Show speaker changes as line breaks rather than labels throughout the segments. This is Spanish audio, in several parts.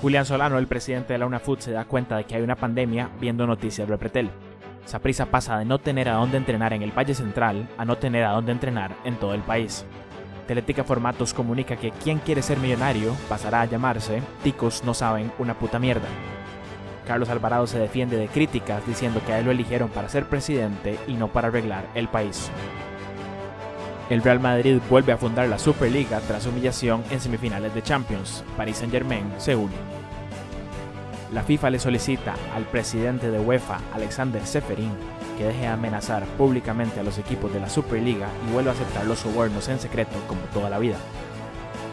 Julián Solano, el presidente de la UNAFUT, se da cuenta de que hay una pandemia viendo noticias de Pretel. Saprisa pasa de no tener a dónde entrenar en el Valle Central a no tener a dónde entrenar en todo el país. Teletica Formatos comunica que quien quiere ser millonario pasará a llamarse Ticos no saben una puta mierda. Carlos Alvarado se defiende de críticas diciendo que a él lo eligieron para ser presidente y no para arreglar el país. El Real Madrid vuelve a fundar la Superliga tras humillación en semifinales de Champions. Paris Saint-Germain se une. La FIFA le solicita al presidente de UEFA, Alexander Seferin, que deje de amenazar públicamente a los equipos de la Superliga y vuelva a aceptar los sobornos en secreto como toda la vida.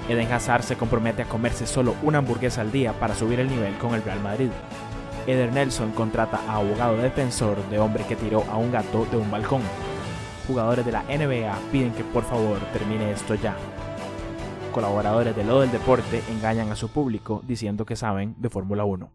Eden Hazard se compromete a comerse solo una hamburguesa al día para subir el nivel con el Real Madrid. Eder Nelson contrata a abogado defensor de hombre que tiró a un gato de un balcón. Jugadores de la NBA piden que por favor termine esto ya. Colaboradores de Lo del Deporte engañan a su público diciendo que saben de Fórmula 1.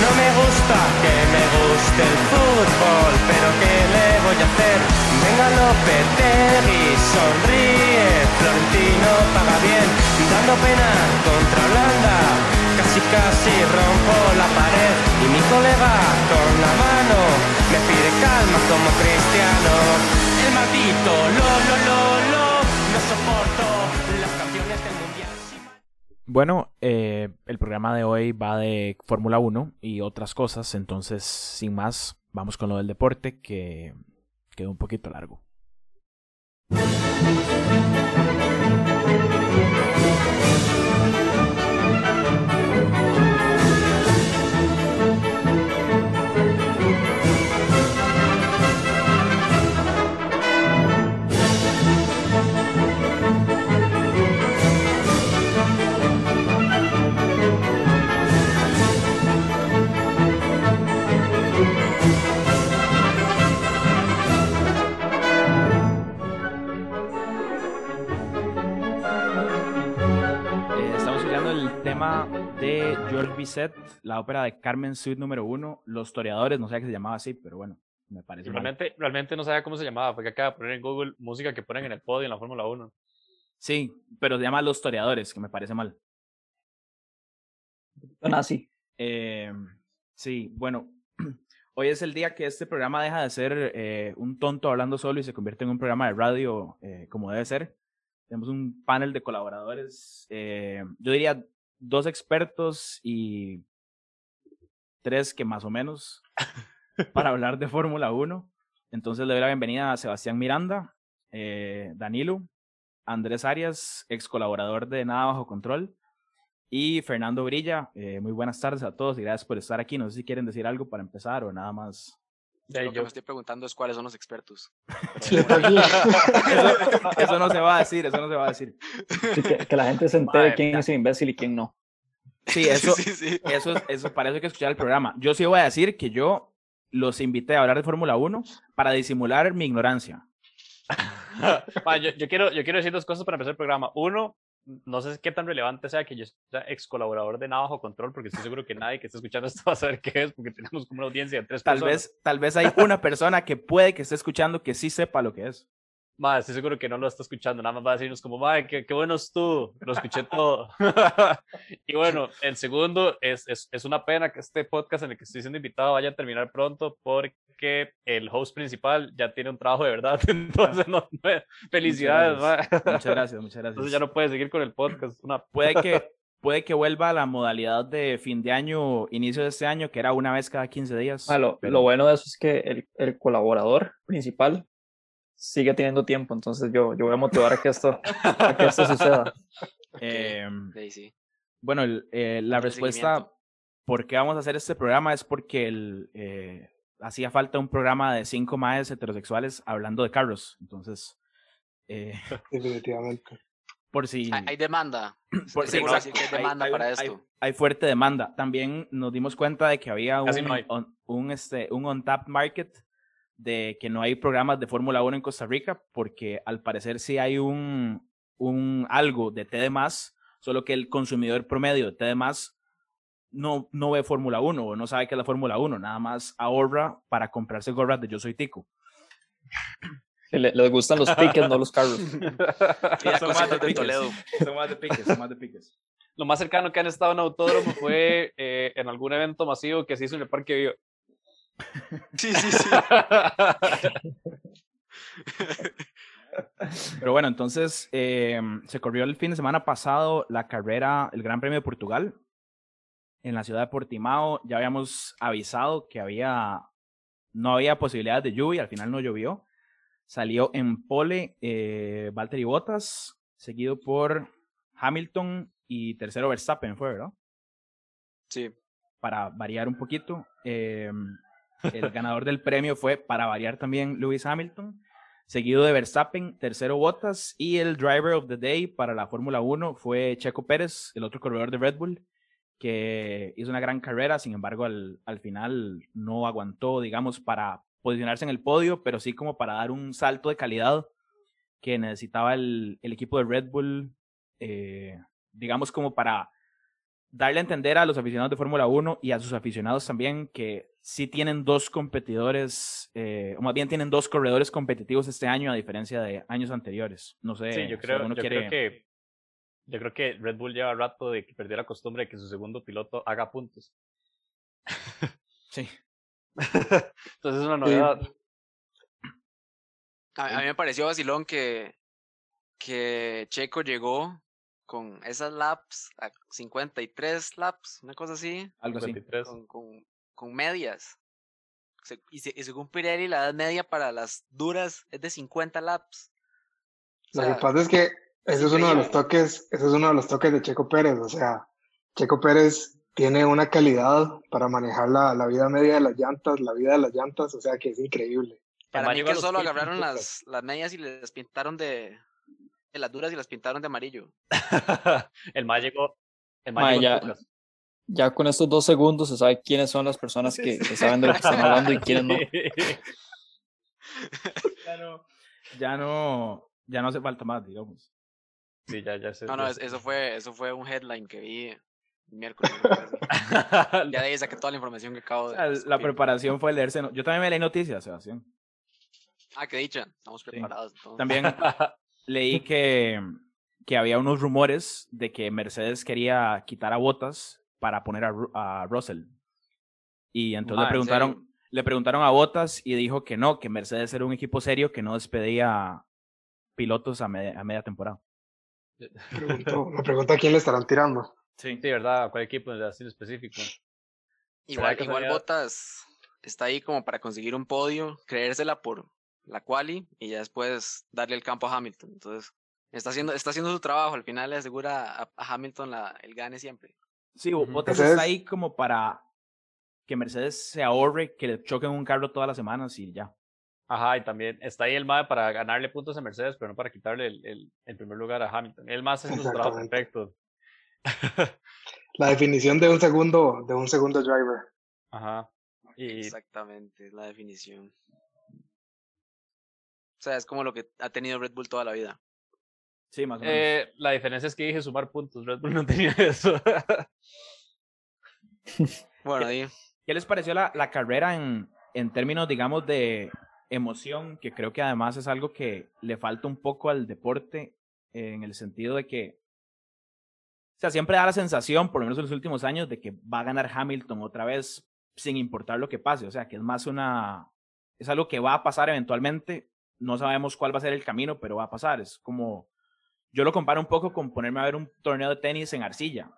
No me gusta que me guste el fútbol, pero ¿qué le voy a hacer? Venga Lopetegui, sonríe, Florentino paga bien, dando pena contra Holanda. Casi casi rompo la pared y mi colega con la mano me pide calma como cristiano. El maldito lo lo lo lo, no soporto las canciones del mundial.
Bueno, eh, el programa de hoy va de Fórmula 1 y otras cosas, entonces sin más, vamos con lo del deporte que quedó un poquito largo. Eh, estamos hablando del tema de Georges Bizet, la ópera de Carmen Suite número uno, Los Toreadores, no sé qué se llamaba así, pero bueno, me parece mal.
Realmente, realmente no sabía cómo se llamaba, porque acaba de poner en Google música que ponen en el podio en la Fórmula 1.
Sí, pero se llama Los Toreadores, que me parece mal.
Nazi.
Eh, sí, bueno, hoy es el día que este programa deja de ser eh, un tonto hablando solo y se convierte en un programa de radio eh, como debe ser. Tenemos un panel de colaboradores, eh, yo diría dos expertos y tres que más o menos para hablar de Fórmula 1. Entonces le doy la bienvenida a Sebastián Miranda, eh, Danilo, Andrés Arias, ex colaborador de Nada Bajo Control, y Fernando Brilla. Eh, muy buenas tardes a todos y gracias por estar aquí. No sé si quieren decir algo para empezar o nada más.
De ahí
Lo que
yo-
me estoy preguntando es cuáles son los expertos.
Eso, eso no se va a decir, eso no se va a decir.
Sí, que, que la gente se entere
Madre
quién es el imbécil y quién no.
Sí, eso,
sí, sí.
Eso es, eso, para eso hay que escuchar el programa. Yo sí voy a decir que yo los invité a hablar de Fórmula 1 para disimular mi ignorancia.
Ma, yo, yo quiero, yo quiero decir dos cosas para empezar el programa. Uno, no sé qué tan relevante sea que yo sea ex colaborador de Nada Bajo Control, porque estoy seguro que nadie que esté escuchando esto va a saber qué es, porque tenemos como una audiencia de tres
Tal
personas.
vez, tal vez hay una persona que puede que esté escuchando que sí sepa lo que es.
Ma, estoy seguro que no lo está escuchando, nada más va a decirnos como, madre, qué, qué bueno estuvo, lo escuché todo. y bueno, el segundo, es, es, es una pena que este podcast en el que estoy siendo invitado vaya a terminar pronto porque el host principal ya tiene un trabajo de verdad, entonces no, felicidades,
Muchas
ma.
Muchas gracias, muchas gracias.
Entonces ya no puede seguir con el podcast, una
Puede que, puede que vuelva a la modalidad de fin de año, inicio de este año, que era una vez cada 15 días.
Ah, lo,
pero-
lo bueno de eso es que el, el colaborador principal sigue teniendo tiempo, entonces yo, yo voy a motivar a que esto, a que esto suceda.
Eh,
De ahí sí.
bueno, el- eh, la
Otro
respuesta
seguimiento.
por qué vamos a hacer este programa es porque el, eh, hacía falta un programa de cinco maes heterosexuales hablando de carros. Entonces, eh,
Definitivamente.
por si...
Hay, hay demanda.
por si-
Seguro
no,
así que hay demanda
hay-
para
hay-
esto.
hay fuerte demanda. También nos dimos cuenta de que había un,
Casi no hay.
on, un, este, un on-tap market de que no hay programas de Fórmula 1 en Costa Rica porque al parecer sí hay un, un algo de TD más, solo que el consumidor promedio de TD más no, no ve Fórmula 1 o no sabe qué es la Fórmula 1, nada más ahorra para comprarse gorras de Yo Soy Tico.
Le- les gustan los tickets, no los carros.
Mira,
Son
cositas
más de
de
piques.
Toledo.
Son más de piques, son más de piques.
Lo más cercano que han estado en autódromo fue eh, en algún evento masivo que se hizo en el Parque Vivo.
Sí, sí, sí.
Pero bueno, entonces eh, se corrió el fin de semana pasado la carrera, el Gran Premio de Portugal, en la ciudad de Portimao. Ya habíamos avisado que había, no había posibilidades de lluvia, al final no llovió. Salió en pole eh, Valtteri Bottas, seguido por Hamilton y tercero Verstappen, fue, ¿verdad?
Sí.
Para variar un poquito. eh, el ganador del premio fue, para variar también, Lewis Hamilton seguido de Verstappen, tercero Bottas y el driver of the day para la Fórmula 1 fue Checo Pérez, el otro corredor de Red Bull, que hizo una gran carrera, sin embargo al, al final no aguantó, digamos, para posicionarse en el podio, pero sí como para dar un salto de calidad que necesitaba el, el equipo de Red Bull, eh, digamos como para darle a entender a los aficionados de Fórmula 1 y a sus aficionados también que sí tienen dos competidores, eh, o más bien tienen dos corredores competitivos este año a diferencia de años anteriores. No sé
Sí, yo
si
creo,
alguno
yo
quiere-
creo que yo creo que Red Bull lleva rato de que perdió la costumbre de que su segundo piloto haga puntos.
Sí.
Entonces es una novedad.
A, a mí me pareció vacilón que, que Checo llegó con esas laps, a 53 laps, una cosa así,
Algo así.
53.
con, con, con medias. Se- y, se- y según Pirelli, la edad media para las duras es de 50 laps. O
Lo que
sea,
pasa es que ese es uno de los
increíble.
toques, ese es uno de los toques de Checo Pérez. O sea, Checo Pérez tiene una calidad para manejar la, la vida media de las llantas, la vida de las llantas, o sea que es increíble.
Para
Además,
mí
llegó a
que
los
solo
15
agarraron
puntos.
las, las medias y les pintaron de, de las duras y las pintaron de amarillo.
el más llegó. El
Mae,
más llegó en
ya-
pocas.
Ya con estos dos segundos se sabe quiénes son las personas que, que saben de lo que están hablando y quiénes no.
Ya no, ya no, ya no hace falta más, digamos.
Sí, ya, ya sé.
No, no,
ya
es-
sé.
eso fue, eso fue un headline que vi el miércoles. me parece. ya de ahí saqué toda la información que acabo
O
de.
sea, la
descubrir.
preparación fue leerse. no- Yo también me leí noticias, Sebastián.
Ah, que dicha. Estamos preparados. entonces.
También leí que, que había unos rumores de que Mercedes quería quitar a Bottas para poner a, Ru- a Russell. Y entonces
Ma,
le
¿en
preguntaron, le preguntaron a Bottas y dijo que no, que Mercedes era un equipo serio que no despedía pilotos a, me- a media temporada.
Pregunto- me pregunto a quién le estarán tirando.
Sí.
Sí, ¿verdad? ¿A ¿Cuál equipo así en específico?
Igual,
que
igual
salía-
Botas está ahí como para conseguir un podio, creérsela por la quali y ya después darle el campo a Hamilton. Entonces, está haciendo, está haciendo su trabajo. Al final le asegura a, a Hamilton la, el gane siempre.
Sí,
Ujú.
Bottas
Mercedes-
está ahí como para que Mercedes se ahorre, que le choquen un carro todas las semanas y ya.
Ajá, y también está ahí el MAE para ganarle puntos a Mercedes, pero no para quitarle el, el, el primer lugar a Hamilton. El MAE hace su trabajo
Exactamente.
perfecto.
La definición de un segundo, de un segundo driver.
Ajá. Y
Exactamente, es la definición. O sea, es como lo que ha tenido Red Bull toda la vida.
Sí, más o menos.
eh, la diferencia es que dije sumar puntos. Red Bull no tenía eso.
Bueno, ahí.
¿Qué les pareció la, la carrera en, en términos, digamos, de emoción? Que creo que además es algo que le falta un poco al deporte eh, en el sentido de que, o sea, siempre da la sensación, por lo menos en los últimos años, de que va a ganar Hamilton otra vez sin importar lo que pase. O sea, que es más una, es algo que va a pasar eventualmente. No sabemos cuál va a ser el camino, pero va a pasar. Es como, yo lo comparo un poco con ponerme a ver un torneo de tenis en arcilla.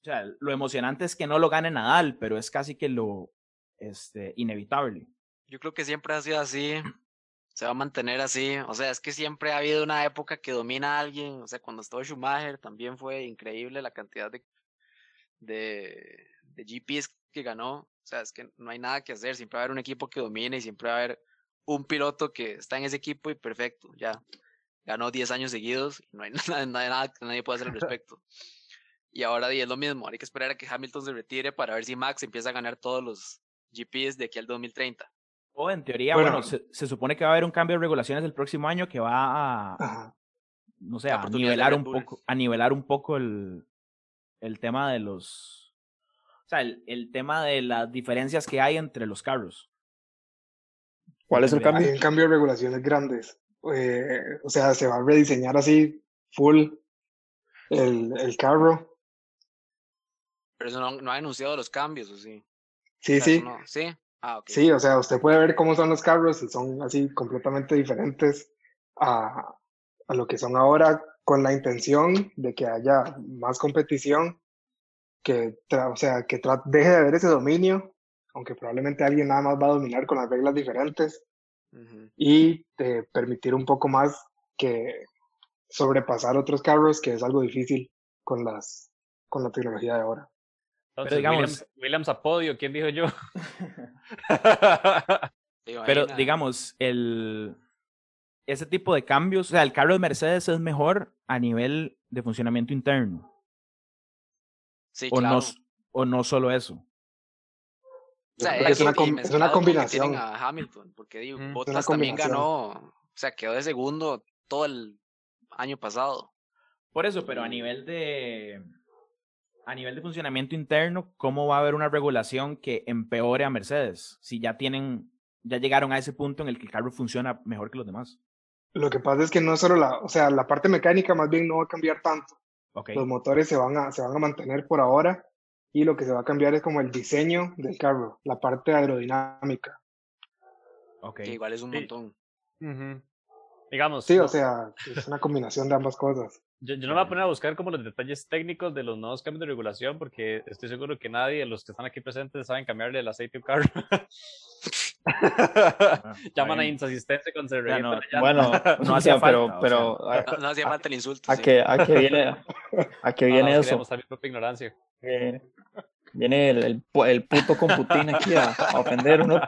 O sea, lo emocionante es que no lo gane Nadal, pero es casi que lo este, inevitable.
Yo creo que siempre ha sido así. Se va a mantener así. O sea, es que siempre ha habido una época que domina a alguien. O sea, cuando estuvo Schumacher también fue increíble la cantidad de, de, de GPs que ganó. O sea, es que no hay nada que hacer. Siempre va a haber un equipo que domine y siempre va a haber un piloto que está en ese equipo y perfecto. Ya ganó 10 años seguidos. y No hay nada, no hay nada que nadie pueda hacer al respecto. Y ahora di, es lo mismo. Hay que esperar a que Hamilton se retire para ver si Max empieza a ganar todos los GPs de aquí al 2030.
O en teoría, bueno,
Bueno.
se, se supone que va a haber un cambio de regulaciones el próximo año que va a,
Ajá.
no sé,
La
a
oportunidad de
nivelar
Red
un
Bull.
poco, a nivelar un poco el, el tema de los O sea, el, el tema de las diferencias que hay entre los carros.
¿Cuál es el
Mira,
cambio?
Hay un cambio de regulaciones grandes. Eh, o sea, se va a rediseñar así, full, el, el carro.
Pero eso no, no ha anunciado los cambios, ¿o sí? O
Sí,
sea,
sí.
eso no- ¿Sí? Ah, ok.
Sí, o sea, usted puede ver cómo son los carros y son así completamente diferentes a, a lo que son ahora con la intención de que haya más competición, que, tra- o sea, que tra- deje de haber ese dominio, aunque probablemente alguien nada más va a dominar con las reglas diferentes
Ujú.
y eh, permitir un poco más que sobrepasar otros carros, que es algo difícil con las con la tecnología de ahora.
Entonces,
digamos-
Williams, Williams a podio, ¿quién dijo yo?
Sí,
Pero
vaina.
digamos, el, ese tipo de cambios, o sea, el carro de Mercedes es mejor a nivel de funcionamiento interno.
Sí,
o, no,
claro.
s- o no solo eso.
O sea,
Yo creo que es
y-
una,
y
com- es
mezclado con que
una
tienen
combinación.
A Hamilton, porque digo,
Mm, es una
Bottas también
combinación.
ganó, o sea, quedó de segundo todo el año pasado.
Por eso, pero a nivel de a nivel de funcionamiento interno, ¿cómo va a haber una regulación que empeore a Mercedes si ya tienen ya llegaron a ese punto en el que el carro funciona mejor que los demás?
Lo que pasa es que no es solo la, o sea, la parte mecánica más bien no va a cambiar tanto.
Ok.
Los motores se van a, se van a mantener por ahora y lo que se va a cambiar es como el diseño del carro, la parte aerodinámica.
ok.
Que igual es un
Sí.
montón.
Ujú. Digamos,
Sí,
no-
o sea, es una combinación de ambas cosas.
yo, yo no me voy a poner a buscar como los detalles técnicos de los nuevos cambios de regulación porque estoy seguro que nadie de los que están aquí presentes saben cambiarle el aceite a un carro.
Ah,
Llaman a
bueno.
inconsistencia cuando se
Ya no,
revientan la
Bueno,
No
o
hacía
sea, pero,
falta, o
pero
No,
a,
no hacía falta el insulto.
a
sí.
que, a que viene, a que
llanta. Ah,
viene
no, quería
eso.
mostrar mi propia ignorancia.
que Eh, Viene el, el, pu- el puto con Putin aquí a, a ofender uno.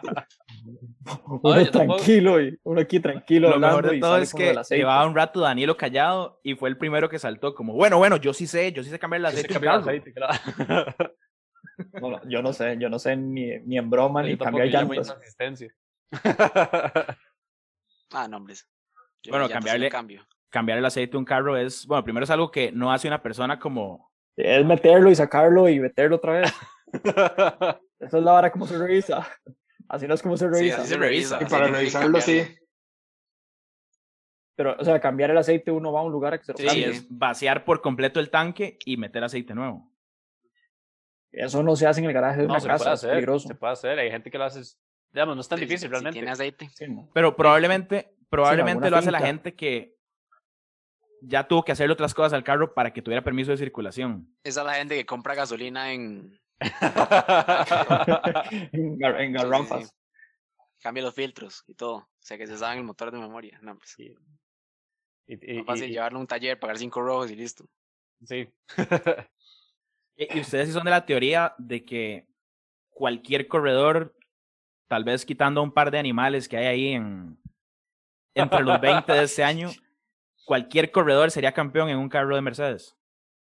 Uno
yo tampoco-
tranquilo y uno aquí tranquilo
Lo
hablando
mejor de
y
todo
sale
es
con lo
que
del aceite.
llevaba un rato Danilo callado y fue el primero que saltó como, bueno, bueno, yo sí sé, yo sí sé cambiar el
Sí, se
aceite. a un
cambió el
carro".
aceite, claro.
No, no, yo no sé, yo no sé ni, ni en broma ni
Yo tampoco
cambiar
llamo
llantas.
inconsistencia.
Ah, no, hombre. Yo
Bueno,
ya entonces
cambiarle-
no cambio.
Cambiar el aceite de un carro es, bueno, primero es algo que no hace una persona como,
Es meterlo y sacarlo y meterlo otra vez. Esa es la vara como se revisa. Así no es como se revisa.
así se revisa.
Y
Así que
para
hay que
revisarlo, sí,
Pero, o sea, cambiar el aceite uno va a un lugar a que se lo
Sí.
cambie.
es vaciar por completo el tanque y meter aceite nuevo.
Eso no se hace en el garaje de
No,
una
se puede
casa, es
hacer.
peligroso.
Se puede hacer. Hay gente que lo hace. Digamos, no es tan
Si-
difícil
si
realmente.
tiene aceite.
Sí, no.
Pero probablemente, probablemente
alguna
lo hace la
finca.
gente que ya tuvo que hacerle otras cosas al carro para que tuviera permiso de circulación.
Esa es la gente que compra gasolina en.
en, gar- en
Sí, sí,
garrafas.
sí. Cambia los filtros y todo. O sea, que se saben el motor de memoria. No, pues.
Sí, Y- y-
Más fácil
y-
llevarlo a un taller, pagar cinco rojos y listo.
sí.
E, Y y ustedes sí son de la teoría de que cualquier corredor, tal vez quitando un par de animales que hay ahí en, entre los 20 de este año, cualquier corredor sería campeón en un carro de Mercedes.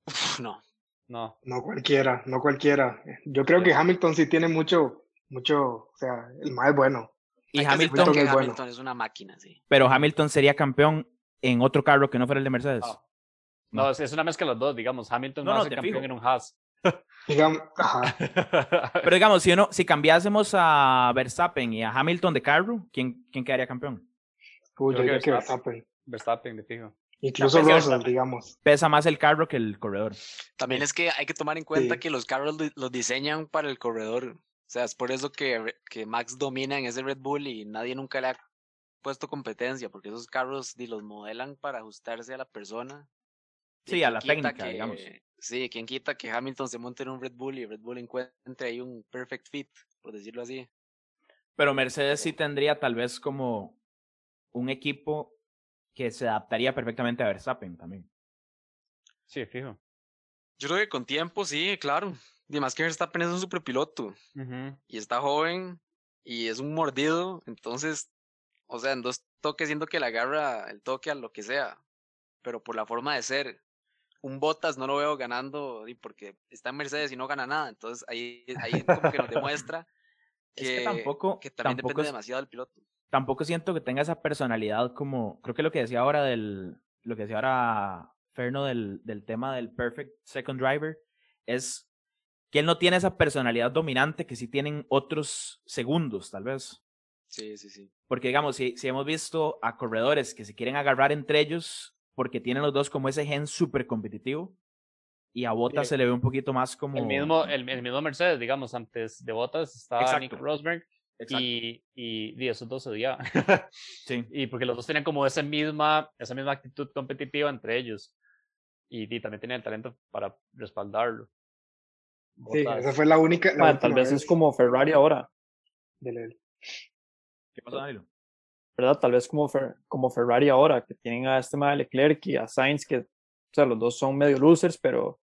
Uf, no.
No.
no cualquiera, no cualquiera. Yo creo que Hamilton sí tiene mucho, mucho, o sea, el más bueno.
Y
Hay que aceptar
Hamilton,
Hamilton
que
es bueno.
Hamilton es una máquina, sí.
pero Hamilton sería campeón en otro carro que no fuera el de Mercedes.
No. No,
No.
es, es una mezcla de los dos, digamos. Hamilton
No,
no,
no,
hace
de
campeón
fijo.
en un Haas.
Digamos, ajá,
Pero digamos, si uno, si cambiásemos a Verstappen y a Hamilton de carro, ¿quién, quién quedaría campeón?
uy, yo
Creo que
diría que
Verstappen.
Verstappen.
Verstappen, de fijo.
Incluso
pese a
Russell,
Verstappen.
digamos.
pesa más el carro que el corredor.
También es que hay que tomar en cuenta
Sí.
que los carros di- los diseñan para el corredor. O sea, es por eso que, Re- que Max domina en ese Red Bull y nadie nunca le ha puesto competencia, porque esos carros di, los modelan para ajustarse a la persona. Y
Sí, a
quién
la
quita
técnica, digamos.
Sí, quien quita que Hamilton se monte en un Red Bull y Red Bull encuentre ahí un perfect fit, por decirlo así.
Pero Mercedes sí tendría tal vez como un equipo que se adaptaría perfectamente a Verstappen también.
Sí, fijo.
Yo creo que con tiempo, sí, claro. Y más que Verstappen es un superpiloto.
Ujú.
y está joven y es un mordido, entonces, o sea, en dos toques siento que le agarra el toque a lo que sea, pero por la forma de ser, un Botas no lo veo ganando y porque está en Mercedes y no gana nada, entonces ahí, ahí como que nos demuestra
Es que
que,
tampoco-
que también
tampoco
depende
es-
demasiado del piloto.
Tampoco siento que tenga esa personalidad como, creo que lo que decía ahora del, lo que decía ahora Ferno del, del tema del perfect second driver es que él no tiene esa personalidad dominante que sí tienen otros segundos, tal vez.
Sí, sí, sí.
Porque, digamos, si, si hemos visto a corredores que se quieren agarrar entre ellos porque tienen los dos como ese gen súper competitivo y a Bottas
Sí.
se le ve un poquito más como...
El mismo, el, el mismo Mercedes, digamos, antes de Bottas estaba
Exacto.
Nico Rosberg
Exacto,
y, y, y esos dos se odiaban.
sí.
y porque los dos tenían como esa misma, esa misma actitud competitiva entre ellos. Y, y también tenían el talento para respaldarlo.
Sí,
Bottas-
esa fue la única. la
Ma, tal
última
vez
vez
es como Ferrari ahora,
del-
¿Qué pasó, Danilo?
¿verdad? Tal vez como, Fer- como Ferrari ahora, que tienen a este mal Leclerc y a Sainz, que, o sea, los dos son medio losers, pero,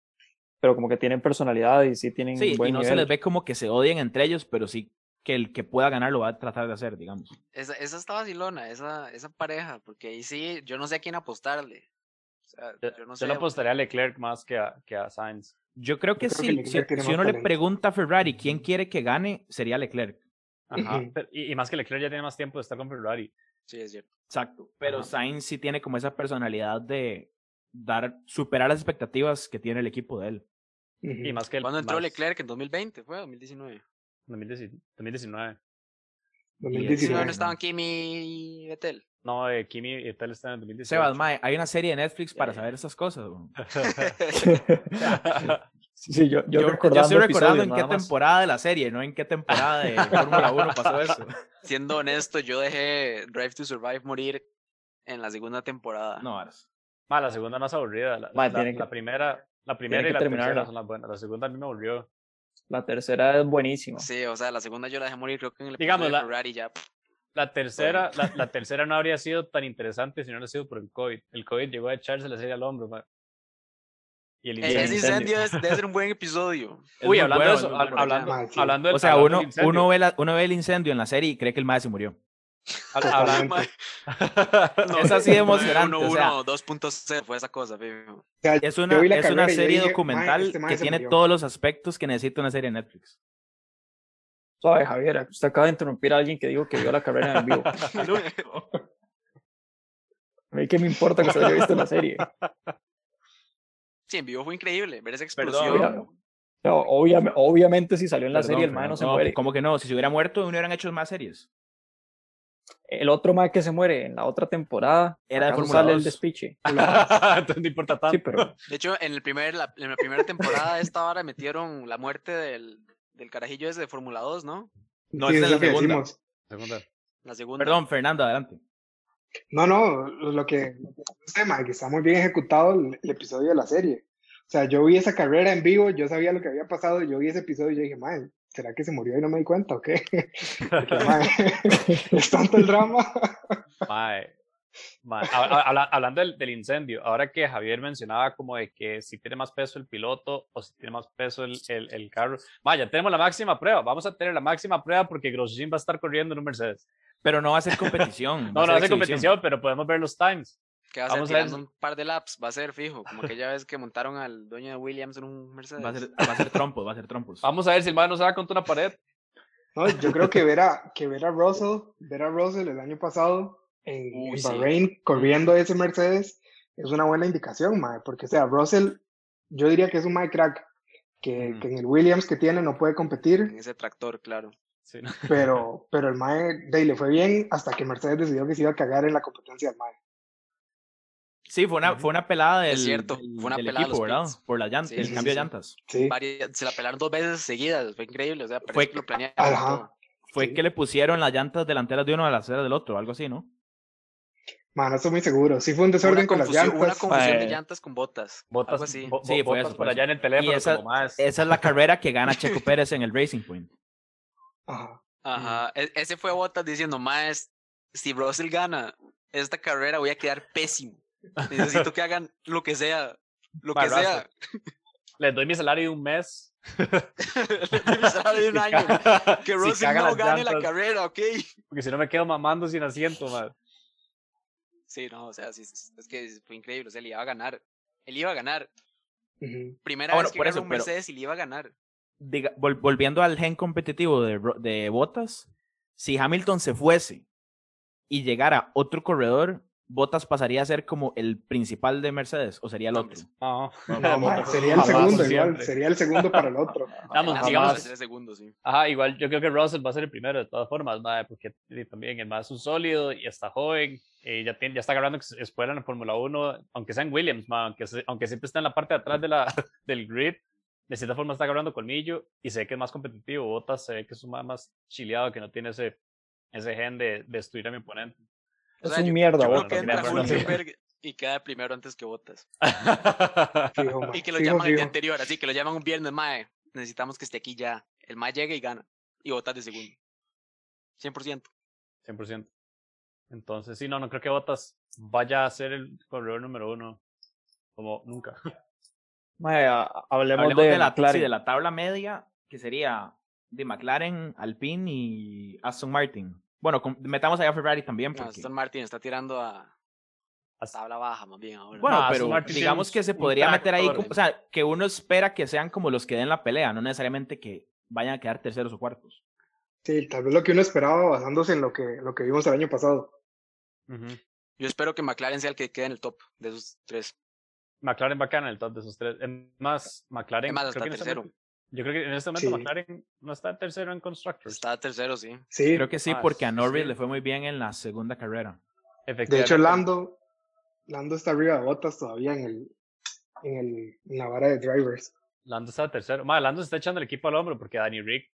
pero como que tienen personalidad y sí tienen
Sí,
buen
y no se
nivel.
les ve como que se odien entre ellos, pero sí que el que pueda ganar lo va a tratar de hacer, digamos.
Esa, esa está vacilona, esa, esa pareja, porque ahí sí, yo no sé a quién apostarle. O sea,
Yo,
yo no
yo
sé.
le Eh, apostaría a Leclerc más que a, que a Sainz.
Yo creo que
creo que
sí,
Leclerc
si,
tiene
si
más
uno le
talento.
pregunta a Ferrari quién quiere que gane, sería Leclerc.
Ajá,
Ujú.
pero- y, y más que Leclerc ya tiene más tiempo de estar con Ferrari.
Sí, es cierto.
Exacto. Pero
Ajá.
Sainz sí tiene como esa personalidad de dar superar las expectativas que tiene el equipo de él.
Ujú.
Y más que el-
¿Cuándo entró
más-
Leclerc? ¿En 2020? ¿Fue? ¿2019?
2019. 2019.
Sí,
2019.
¿2019
no.
no estaban Kimi y Vettel?
No, eh, Kimi y tal están en 2019.
Sebas, mae, hay una serie de Netflix para
Ya, ya.
saber esas cosas. weón.
sí, sí, yo, yo,
Yo, yo
recordando
estoy recordando
episodios,
en qué
nada más.
temporada de la serie, no en qué temporada de Fórmula 1 pasó eso.
Siendo honesto, yo dejé Drive to Survive morir en la segunda temporada.
No, varas.
Ma, la segunda más aburrida. La,
Ma,
la-
tiene que-
la primera, la primera
que
y la tercera
terminarla.
son las buenas. La segunda a mí me aburrió.
La tercera es buenísima.
Sí, o sea, la segunda yo la dejé morir, creo que en el
Digamos,
episodio de
la-
Ferrari ya. pff,
La tercera, la, la tercera no habría sido tan interesante si no hubiera sido por el COVID. El COVID llegó a echarse la serie al hombro, ma. Y el
e- Ese
incendio.
incendio es- debe ser un buen episodio.
Es
Uy,
muy
hablando
bueno,
de
es muy
eso,
bueno.
hab- hablando,
Ah, sí.
hablando de
O sea,
hablando
uno,
del incendio.
uno, ve la- uno ve el incendio en la serie y cree que el mae se murió.
Hab- hablando-
Ma- no,
Es así de emocionante, o sea.
1-1, 2.0 fue esa cosa, fijo.
O sea,
Es
yo
una,
vi la
es una
carrera y yo
serie
dije, "Mae,
documental
este mae
que
se
tiene
murió".
todos los aspectos que necesita una serie de Netflix.
Suave, Javier, usted acaba de interrumpir a alguien que dijo que vio la carrera en vivo. A mí qué me importa que se haya visto la serie.
Sí, en vivo fue increíble ver esa
Perdón.
explosión.
No, obviame- obviamente si salió en la serie el mae no se
como
muere.
¿Cómo que no? Si se hubiera muerto, no hubieran hecho más series.
El otro mae que se muere en la otra temporada
Era de
acaso
Fórmula
sale
2.
el despiche.
Entonces no importa tanto.
Sí, pero
De hecho, en, el primer, la, en la primera temporada de esta hora metieron la muerte del, del carajillo ese de Fórmula 2, ¿no?
No,
Sí,
esa
es
es
lo
la
que
segunda.
decimos.
Segunda.
La segunda.
Perdón, Fernando, adelante.
No, no, lo que, lo que sé, mae, que está muy bien ejecutado el, el episodio de la serie. O sea, yo vi esa carrera en vivo, yo sabía lo que había pasado, yo vi ese episodio y yo dije, mae, ¿será que se murió y no me di cuenta o qué? Porque, mae, es tanto el drama.
Mae, mae, ha- ha- habla- hablando del, del incendio, ahora que Javier mencionaba como de que si tiene más peso el piloto o si tiene más peso el, el- el carro. Mae, ya tenemos la máxima prueba. Vamos a tener la máxima prueba porque Grosjean va a estar corriendo en un Mercedes.
Pero no va a ser competición.
No, no hace
ser exhibición.
competición, pero podemos ver los times.
Que va a ser
Vamos a ver.
tirando un par de laps, va a ser fijo. Como aquella vez que montaron al dueño de Williams en un Mercedes.
Va a ser, va a ser trompos, va a ser trompos.
Vamos a ver si el mae no se va contra una pared.
No, yo creo que ver a, que ver a Russell, ver a Russell el año pasado en,
Uy,
en
sí.
Bahrein corriendo ese Mercedes es una buena indicación, mae, porque o sea, Russell, yo diría que es un mae crack, que,
Ujú.
que en el Williams que tiene no puede competir,
En ese tractor, claro.
Sí, ¿no?
pero, pero el mae de ahí le fue bien hasta que Mercedes decidió que se iba a cagar en la competencia del mae.
Sí, fue una, fue una pelada del,
Es cierto,
del-
fue una
del
pelada a
equipo,
los
¿verdad?
pits.
Por la llanta,
Sí,
el
sí,
cambio de
sí, sí.
llantas.
Sí,
Varias- se la pelaron dos veces seguidas, fue increíble. O sea, parece
Fue-
que lo planearon.
Ajá.
todo.
Fue
Sí.
que le pusieron las llantas delanteras de uno a las traseras del otro, algo así, ¿no?
mae, no estoy muy seguro. Sí fue un desorden
Una
con las
confusión, una
llantas.
confusión de
Eh,
llantas con botas.
Botas,
Algo así.
bo- bo-
Sí, fue
botas
eso, fue
por
eso.
allá en el teléfono,
esa-
como más.
Esa es la carrera que gana Checo Pérez en el Racing pues. Point.
Ajá.
Ajá. e- ese fue Botas diciendo, más si Russell gana esta carrera voy a quedar pésimo. Necesito que hagan lo que sea. Lo
Ma,
que sea.
Les doy mi salario de un mes.
Me sale de un
Si
año.
ca-
Que
si
Russell
cagan
no
las
gane la
llantas,
carrera, ¿ok?
Porque si no me quedo mamando sin asiento, mae.
Sí, no, o sea, sí, sí, es que fue increíble. O sea, él iba a ganar. Él iba a ganar.
ujú.
Primera
Ah,
vez
bueno,
que
por
ganó
eso,
un
pero-
Mercedes y le iba a ganar.
diga- vol- volviendo al gen competitivo de, Ro- de Bottas, si Hamilton se fuese y llegara otro corredor, Botas pasaría a ser como el principal de Mercedes o sería el otro.
Ah,
No, ma, sería el
Jamás,
segundo, igual.
siempre.
Sería el segundo para el otro.
Vamos,
Nada
digamos-
más de tres segundos, sí.
Ajá, igual yo creo que Russell va a ser el primero de todas formas, mae, porque y también el más es un sólido y está joven, eh, ya, tiene, ya está agarrando ex- escuela en la Fórmula 1, aunque sea en Williams, mae, aunque, se- aunque siempre está en la parte de atrás de la, del grid, de cierta forma está agarrando colmillo y se ve que es más competitivo. Botas se ve que es un mae más chileado, que no tiene ese, ese gen de destruir a mi oponente.
O
Es
sea,
un
yo-
mierda,
yo creo
bueno,
que
no tiene
entra
problema.
Hülkenberg y queda primero antes que Botas.
Fijo,
Ah,
ma,
Y que lo
fijo,
llaman el día
fijo.
anterior, así que lo llaman un viernes, mae. Necesitamos que esté aquí ya. El mae llega y gana. Y Botas de segundo. 100%.
100%. Entonces, sí, no, no creo que Botas vaya a ser el corredor número uno, como nunca.
mae, ha- hablemos,
Hablemos
de,
de, la,
McLaren.
sí, de la tabla media, que sería de McLaren, Alpine y Aston Martin. Bueno, com- metamos allá a Ferrari también.
No,
Porque,
Aston Martin Ah, está tirando a, a
Hasta-
tabla baja, más bien Ah, ahora.
bueno,
No, Aston
pero
Martin
digamos
tiene
que
un-
se
un
podría meter ahí,
tractor.
como- o sea, que uno espera que sean como los que den la pelea, no necesariamente que vayan a quedar terceros o cuartos.
Sí, tal vez lo que uno esperaba basándose en lo que, lo que vimos el año pasado.
Ujú.
Yo espero que McLaren sea el que quede en el top de esos tres.
McLaren va a quedar en el top de esos tres. Es más, McLaren.
Es más,
creo
está
que en este
tercero.
momento- yo creo que en este momento
Sí.
McLaren no está tercero en Constructors.
Está tercero, sí.
Sí,
Creo que sí,
Ah,
porque a Norris
sí.
le fue muy bien en la segunda carrera.
de
Efectivamente.
hecho Lando, Lando está arriba de Botas todavía en el, en el, en la vara de drivers.
Lando está tercero. Ma, Lando se está echando el equipo al hombro porque Danny Rick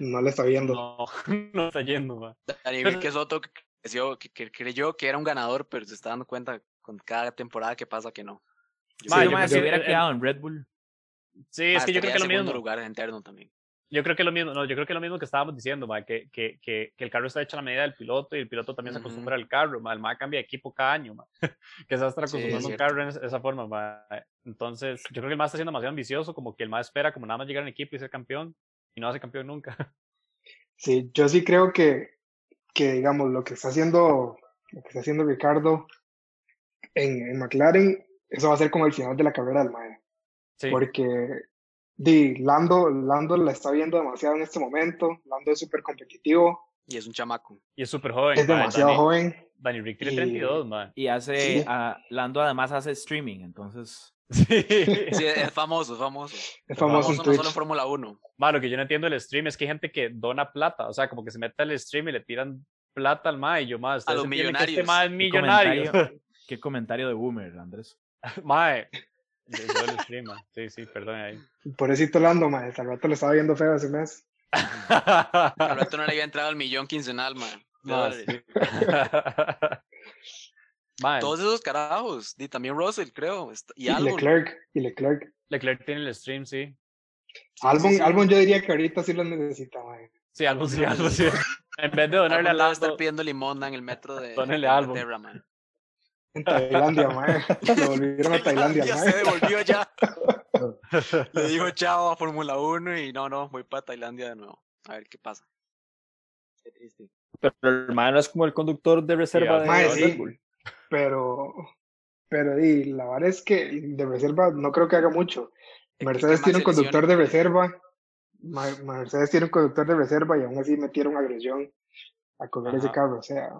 No le está viendo.
no, no está yendo. ma.
Danny
Pero-
Rick es otro que creció- que- que creyó que era un ganador, pero se está dando cuenta con cada temporada que pasa que no.
Ma,
Sí, mae,
yo creo
si
que
hubiera
el- el-
quedado en Red Bull.
Sí, es
Ah,
que yo creo que
estaría en
lo
segundo
mismo.
lugar interno también.
Yo creo que lo mismo. No, yo creo que lo mismo que estábamos diciendo, ma, que, que, que, que el carro está hecho a la medida del piloto y el piloto también se
Ujú.
acostumbra al carro. Ma. El ma cambia de equipo cada año. ma. que se va a estar
Sí, es
acostumbrando a un
cierto.
carro en es- esa forma. ma. Entonces, yo creo que el ma está siendo demasiado ambicioso, como que el ma espera como nada más llegar al equipo y ser campeón y no hace campeón nunca.
Sí, yo sí creo que, que digamos, lo que está haciendo, lo que está haciendo Ricardo en, en McLaren, eso va a ser como el final de la carrera del Mae.
Sí.
Porque di, Lando, Lando la está viendo demasiado en este momento. Lando es súper competitivo,
Y es un chamaco.
Y es súper joven.
es
ma,
demasiado
Danny-
joven.
Danny Rick tiene
Y-
32, man.
Y hace,
Sí.
a- Lando además hace streaming, entonces...
Sí.
Sí, es famoso, es famoso.
Es
Famoso
famoso en
no solo en
Twitch.
Fórmula 1.
Ma, lo que yo no entiendo del stream es que hay gente que dona plata. O sea, como que se mete al stream y le tiran plata al ma. Y yo, ma, ustedes
los
entienden que Este
millonarios.
ma es
qué
millonario.
comentario- Qué comentario de Boomer, Andrés.
Ma, eh, yo yo el stream, ma. Sí, sí, perdón ahí.
Pobrecito Lando, Mae. Al rato le estaba viendo feo hace un mes.
Al rato no le había entrado al millón quincenal, man. de
Ma,
dólares.
sí. Ma,
Todos esos carajos. Y también Russell, creo. est- Y
Y
algo.
Leclerc, y Leclerc.
Leclerc tiene el stream, sí.
Albon, Albon yo diría que ahorita sí lo necesita, Mae.
Sí, algo sí, algo sí. En vez de donarle a
va a estar
Lando,
pidiendo limón en el metro de,
Ponele
de
álbum.
Inglaterra, man.
En Tailandia, Mae. Lo volvieron a Tailandia,
Ya
Mae.
se devolvió ya. Le dijo chao a Fórmula 1 y no, no, voy para Tailandia de nuevo. A ver qué pasa. Qué triste.
Pero el mae no es como el conductor de reserva de
Mae,
Red
sí.
Bull.
pero, pero di, la verdad es que de reserva no creo que haga mucho.
que
Mercedes
Max
tiene un
se
conductor de
lesione.
reserva, Ma- Mercedes tiene un conductor de reserva y aún así metieron agresión a correr ese
Ajá.
carro, o sea,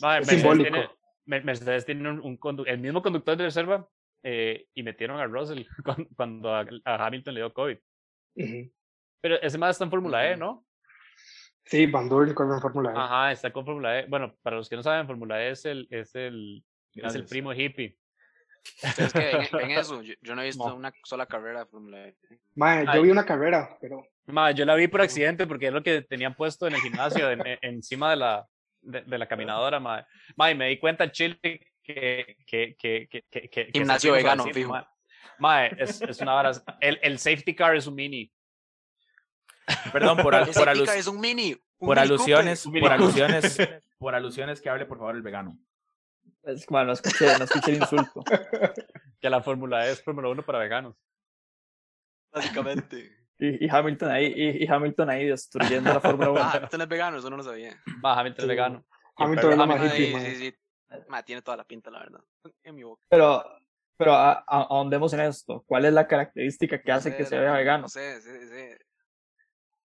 Ma,
es
Mercedes
simbólico.
tiene- Mer- Mercedes tiene un, un condu- el mismo conductor de reserva eh, y metieron a Russell cuan- cuando a, a Hamilton le dio COVID.
Ujú.
Pero ese más está en Fórmula E,
Ujú.
¿no?
Sí, Van Doren corre en Fórmula E.
Ajá, está con Fórmula E. Bueno, para los que no saben, Fórmula E es el, es el, es el
Gracias.
primo
eh.
hippie.
Ustedes que ven, ven eso. Yo, yo no he visto
No.
una sola carrera de Fórmula E.
Ma, yo
Ay.
vi una carrera, pero
Ma, yo la vi por accidente porque es lo que tenían puesto en el gimnasio, en- en- encima de la, de, de la caminadora, ma. Ma, y me di cuenta, Chile, que... que, que, que, que, que- que esa
Gimnasio
prima
vegano,
suavecita,
fijo.
Ma, Ma, es, es una vara. El, el safety car es un mini.
Perdón por, al-
Ese
por,
pica
alus-
es un mini. un
por
Mini
alusiones,
Cooper.
por
Mini
alusiones, por alusiones que hable por favor el vegano.
Es que, mae, no escuché, no escuché el insulto.
Que la Fórmula E es Fórmula 1 para veganos.
Cooper, Básicamente.
Y, y Hamilton ahí, y, y Hamilton ahí destruyendo la Fórmula 1.
Ah, Hamilton es vegano, eso no lo sabía.
Va, Hamilton es
Sí.
vegano. Y el
Hamilton
perro
es lo más
Hamilton,
hippie,
ahí,
ma.
sí, sí. Ma, tiene toda la pinta, la verdad. En mi boca.
Pero, pero a- a- ahondemos en esto. ¿Cuál es la característica que
No
hace
sé,
que se
la
vea
verdad,
vegano?
No sé, sí, sí.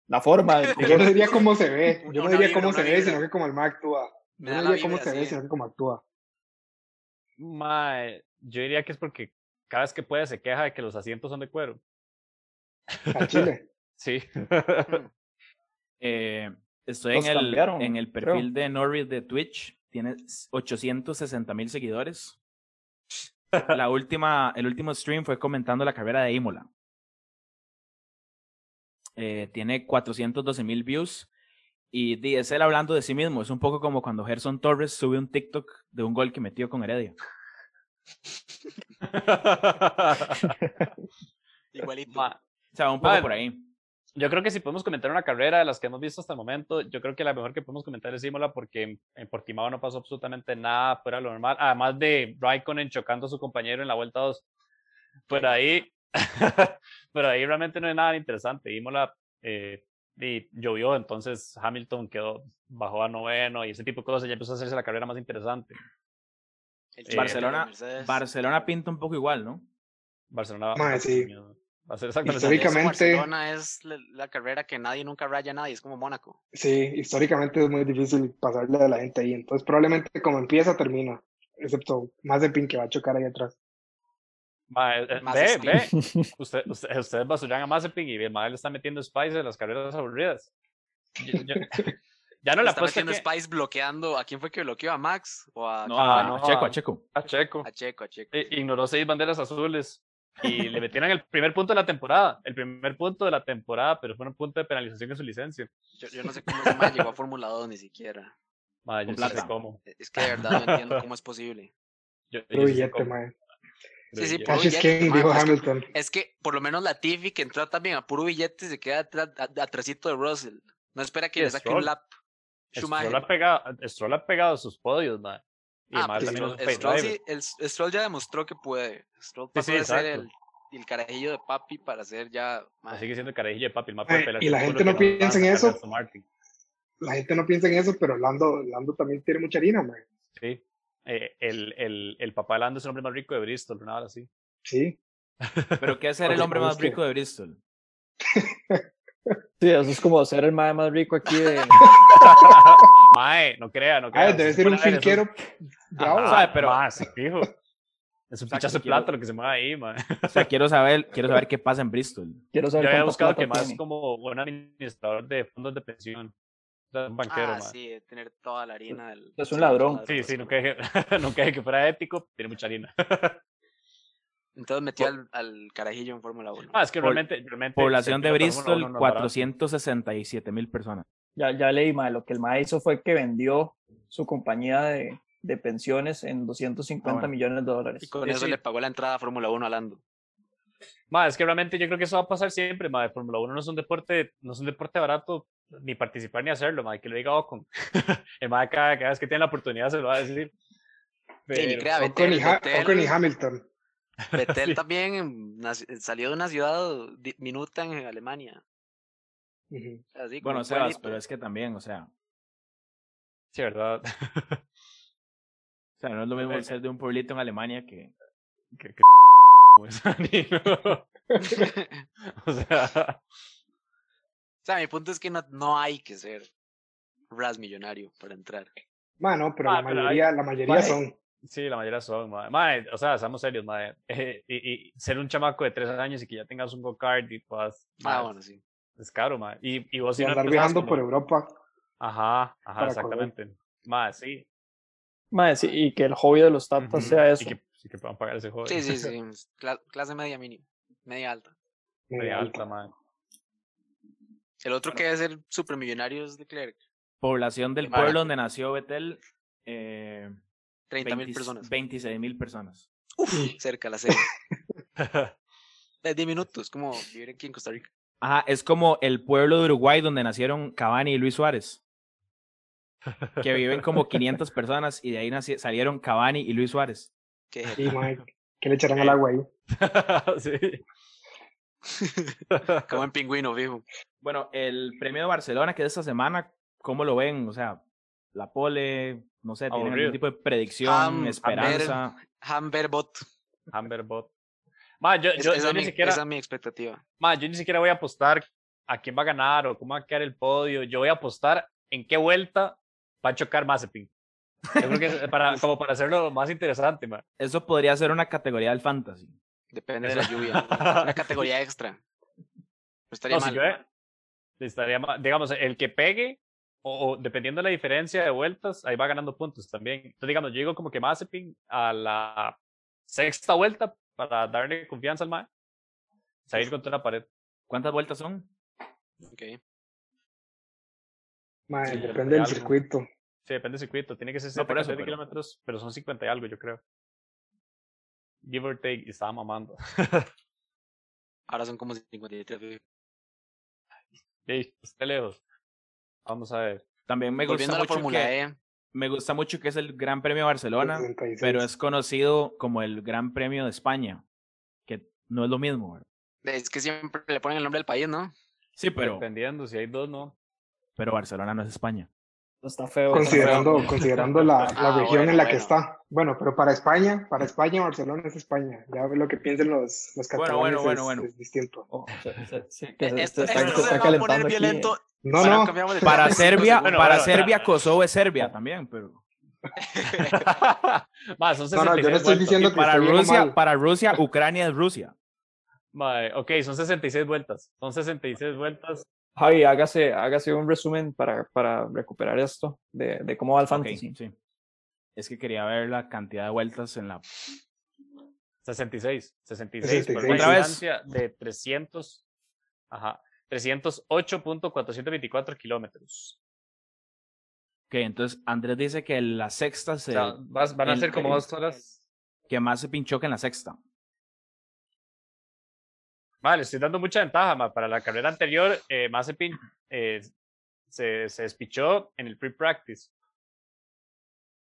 La forma. el
Yo
color.
no diría cómo se ve,
Una-
yo no
una
diría
vibra,
cómo
una
se ve,
vibra.
sino que como el ma actúa.
Me
Yo
da
no
la
diría cómo
vibra,
se ve,
sí.
sino que cómo actúa.
Mae, yo diría que es porque cada vez que puede se queja de que los asientos son de cuero.
A Chile.
Sí.
Mm.
Eh, estoy
Los
en el,
cambiaron,
en el
creo.
perfil de Norris de Twitch. Tiene 860 mil seguidores. La última, el último stream fue comentando la carrera de Imola. Eh, tiene 412 mil views. Y di, es él hablando de sí mismo. Es un poco como cuando Gerson Torres sube un TikTok de un gol que metió con Heredia.
Igualito.
Ma,
O sea, un poco
Vale.
por ahí.
yo creo que si podemos comentar una carrera de las que hemos visto hasta el momento, yo creo que la mejor que podemos comentar es Imola porque en, en Portimao no pasó absolutamente nada fuera de lo normal, además de Raikkonen chocando a su compañero en la vuelta 2. Por ahí, por ahí realmente no hay nada interesante. Imola eh, y llovió, entonces Hamilton quedó, bajó a noveno y ese tipo de cosas ya empezó a hacerse la carrera más interesante.
El
Eh,
choque de
Barcelona-
Mercedes.
Barcelona pinta un poco igual, ¿no?
Barcelona va-
Mae,
va a
sí.
ser- va a ser
Por
exactamente
eso
lo
Histórica-
mismo.
históricamente-
Barcelona es la, la carrera que nadie nunca raya a nadie, es como Mónaco.
Sí, históricamente es muy difícil pasarle a la gente ahí. Entonces, probablemente como empieza, termina. Excepto Mazepin que va a chocar ahí atrás.
Mae, eh,
Más
ve,
estilo.
ve, usted, usted, ustedes basuran a Mazepin y el madre le está metiendo spice en las carreras aburridas. Yo- yo- ya no
Le
la
estaba
apuesta
haciendo
que...
Spice bloqueando. ¿A quién fue que bloqueó? ¿A Max? ¿O a,
No,
Ah,
a-
no, Eh,
a Checo,
ah.
a Checo.
a Checo.
a Checo? A Checo.
I- Ignoró seis banderas azules y le metieron el primer punto de la temporada. El primer punto de la temporada, pero fue un punto de penalización en su licencia.
Yo, yo no sé cómo ese mae llegó a Fórmula 2 ni siquiera. Eh,
Mae, yo
Con
sí sé
plata.
cómo.
Es que de verdad no entiendo cómo es posible.
Yo- yo
Puro
sí sé
billete,
cómo,
mae.
puro
Sí, sí,
billete.
Puro
Cash is
billete,
king,
mae,
dijo
pues,
Hamilton.
Es que por lo menos la Tiffy que entró también a puro billete se queda atrás, a- atrasito de Russell. No espera que
Y
le saque
Stroll.
un lap.
Stroll
Schumacher.
ha pegado, Stroll ha pegado sus podios, mae. Y
Ah,
mae,
pero
también
Stroll,
es un
el
pay
Stroll
driver.
sí- el S- el Stroll ya demostró que puede. Stroll pasó
sí,
de ser el,
exacto.
el carajillo de papi para ser ya. mae,
Sigue siendo el carajillo de papi. el mae
Mae,
puede pelear
y la
con
gente
lo
no
que le
piensa en
pasa a
eso.
Aston Martin.
La gente no piensa en eso, pero Lando, Lando también tiene mucha harina, mae.
Sí. Eh, el, el, el papá de Lando es el hombre más rico de Bristol, una hora así.
Sí.
Pero ¿qué es ser el
Porque
hombre más
sabes que-
rico de Bristol?
Sí, eso es como ser el mae más rico aquí de...
Mae, no crea, no crea.
Ah, debe
eso
ser un
fuera de eso.
filquero
Ajá,
bravo.
sabe, pero-
mae, sí, fijo. Es un pichazo de
quiero-
plata lo que se mueve ahí, mae.
O sea, quiero saber, quiero saber qué pasa en Bristol.
Quiero
Yo
saber
había
cuánta
buscado
plata
que más
tiene.
como un administrador de fondos de pensión. O sea, un banquero,
ah,
mae. Sí,
sí, de tener toda la harina del.
Es un
sí,
ladrón.
sí, nunca dije, nunca dije que fuera ético, tiene mucha harina.
Entonces metió al, al carajillo en Fórmula 1.
Ah, es que
Pol-
realmente, realmente
Población
ser
de
piloto Fórmula
Bristol,
uno no es barato.
467 mil personas.
Ya, ya leí, mae, lo que el mae hizo fue que vendió su compañía de, de pensiones en 250
Ah, bueno.
millones de
y
dólares.
con
sí,
eso
sí.
le pagó la entrada a Fórmula 1 a Lando.
Mae, es que realmente yo creo que eso va a pasar siempre, mae. Fórmula 1 no es un deporte, no es un deporte barato ni participar ni hacerlo, mae. Que lo diga Ocon. el mae cada, cada vez que tiene la oportunidad se lo va a decir.
Sí, ni
Pero-
crea,
Ocon y,
Vettel,
Ha-
Vettel-
Ocon y Hamilton.
Vettel
Sí.
también em, naci- salió de una ciudad di- minuta en Alemania.
Ujú.
Así, como
Bueno,
un
Sebas,
pueblito.
pero es que también, o sea,
Sí, verdad.
o sea, no es lo mismo ser de un pueblito en Alemania que...
Que- que- pues, ni- no. o sea,
o sea, mi punto es que no, no hay que ser Ras millonario para entrar.
Mae, no, pero
Ah,
la
pero pues,
mayoría, la mayoría
Mae.
son.
sí, la mayoría son, mae. Mae, o sea, seamos serios, mae. Eh, y, y ser un chamaco de tres años y que ya tengas un go-kart y puedas. mae,
Ah, bueno, sí.
Es caro, mae. Y, y vos
y
si no
andar
empezabas
viajando
como-
por Europa.
Ajá, ajá,
para correr.
exactamente. Mae, sí.
Mae, sí, y que el hobby de los tatas
Ujú.
sea eso.
Y que, y que puedan pagar ese juego.
Sí, sí, sí. es cla- clase media mínima, media alta.
Muy alto.
alta, mae.
El otro que debe ser supermillonario es Leclerc.
Población del
Vale.
pueblo donde nació Betel, eh,
30 mil
20
personas.
26 mil personas.
Cerca, la serie. Es 10 minutos, como vivir aquí en Costa Rica.
Ajá, es como el pueblo de Uruguay donde nacieron Cavani y Luis Suárez. Que viven como 500 personas y de ahí naci- salieron Cavani y Luis Suárez.
Qué
Sí,
jeta.
mae, ¿Qué le
Eh,
echarán al agua ahí?
sí.
como en pingüino, viejo.
Bueno, el premio de Barcelona que es esta semana, ¿cómo lo ven? O sea, la pole, no sé, tienen
Aburrido.
algún tipo de predicción,
Am- a ver.
esperanza.
Hamberbot.
Humberbot. Ma, yo,
Es-
yo,
esa,
yo
es mi,
ni siquiera,
esa es mi expectativa.
ma, yo ni siquiera voy a apostar a quién va a ganar o cómo va a quedar el podio. Yo voy a apostar en qué vuelta va a chocar Mazepin. Yo creo que para, como para hacerlo más interesante, ma.
Eso podría ser una categoría del fantasy.
Depende de la lluvia. Una categoría extra. No estaría
No, si eh.
mal.
llueve, estaría ma- digamos, el que pegue, o, o dependiendo de la diferencia de vueltas, ahí va ganando puntos también. Entonces, digamos, yo llego como que Mazepin a la sexta vuelta para darle confianza al Mae. Salir contra la pared.
¿Cuántas vueltas son?
Ok.
Mae,
Sí,
depende del
algo.
circuito.
Sí, depende del circuito. Tiene que ser
No, por
70
eso,
de
pero-
kilómetros, pero son 50 y algo, yo creo. Give or take, y estaba mamando.
Ahora son como 53.
Ey, está lejos. Vamos a ver.
También me gusta
Volviendo a la
mucho
Fórmula
que,
E.
me gusta mucho que es el Gran Premio de Barcelona,
66.
pero es conocido como el Gran Premio de España, que no es lo mismo. ¿verdad?
Es que siempre le ponen el nombre del país, ¿no?
Sí, pero,
Dependiendo, si hay dos, no.
pero Barcelona no es España.
Está feo.
Considerando, considerando la, la
Ah,
región
bueno,
en la que
bueno.
está. Bueno, pero para España, para España, Barcelona es España. Ya lo que piensen los, los
Bueno,
catalanes
bueno, bueno,
es-
bueno.
es distinto.
Oh, se- se- sí, que
Eh,
se-
Esto,
se está-
esto
se
se
está
va a
calentando
poner
aquí, eh.
violento.
No,
Ahora
no,
cambiamos de tema
Para
en cinco
Serbia,
segundos.
para
bueno,
Serbia,
bueno.
Kosovo es Serbia también, pero
Ma, son 66
no, no, yo no estoy
vueltas.
diciendo que
para
esté bien o
Rusia,
mal.
para Rusia, Ucrania es Rusia.
Mae, ok, son 66 vueltas. Son 66 vueltas.
Javi, hágase, hágase un resumen para, para recuperar esto de, de cómo va el
Ok,
fantasy.
sí. Es que quería ver la cantidad de vueltas en la
66. 66. por
66.
una
Otra vez.
distancia de 300. Ajá. 308.424 kilómetros.
Ok, entonces Andrés dice que la sexta
O
se.
sea, vas- van a
el-
ser como
el-
dos horas.
que más se pinchó que en la sexta.
Vale, estoy dando mucha ventaja, ma. Para la carrera anterior, eh, Mazepin eh, se, se despichó en el pre-practice.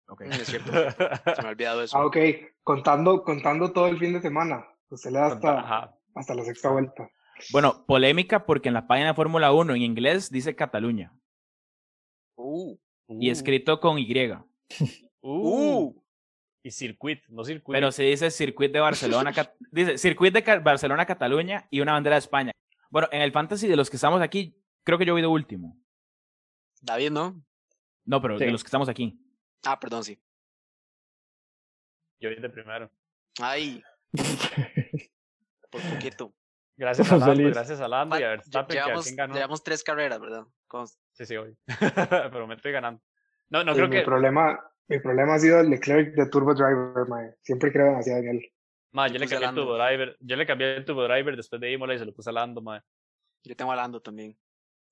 Ok.
Mm, Es cierto, se me ha olvidado eso.
Ah, ok. Contando, contando todo el fin de semana. Usted le da hasta,
Ajá.
hasta la sexta vuelta.
Bueno, polémica porque en la página de Fórmula 1 en inglés dice Cataluña
Uh,
y escrito con Y,
Uh.
uh,
Y circuit, no circuit.
pero se dice Circuit de Barcelona, Cat- dice Circuit de Ca- Barcelona Cataluña y una bandera de España. Bueno, en el fantasy de los que estamos aquí, creo que yo voy de último.
David, ¿no?
No, pero
Sí.
de los que estamos aquí.
Ah, perdón, sí.
Yo vine primero.
Ay, por poquito.
Gracias a
Estamos
Lando,
felices.
gracias a Lando y a
Val-
Verstappen, que a
llevamos,
quién ganó.
llevamos tres carreras, ¿verdad? Con-
Sí, sí, hoy. Pero me estoy ganando. No, no
Sí,
creo
mi,
que.
problema, mi problema ha sido el Leclerc de Turbo Driver, mae. Siempre creo demasiado en él.
Ma, yo
Yo
le
puse
cambié
a
el
Lando.
tubo driver. Yo le cambié el tubo driver después de Imola y se lo puse a Lando, ma.
Yo tengo a Lando también.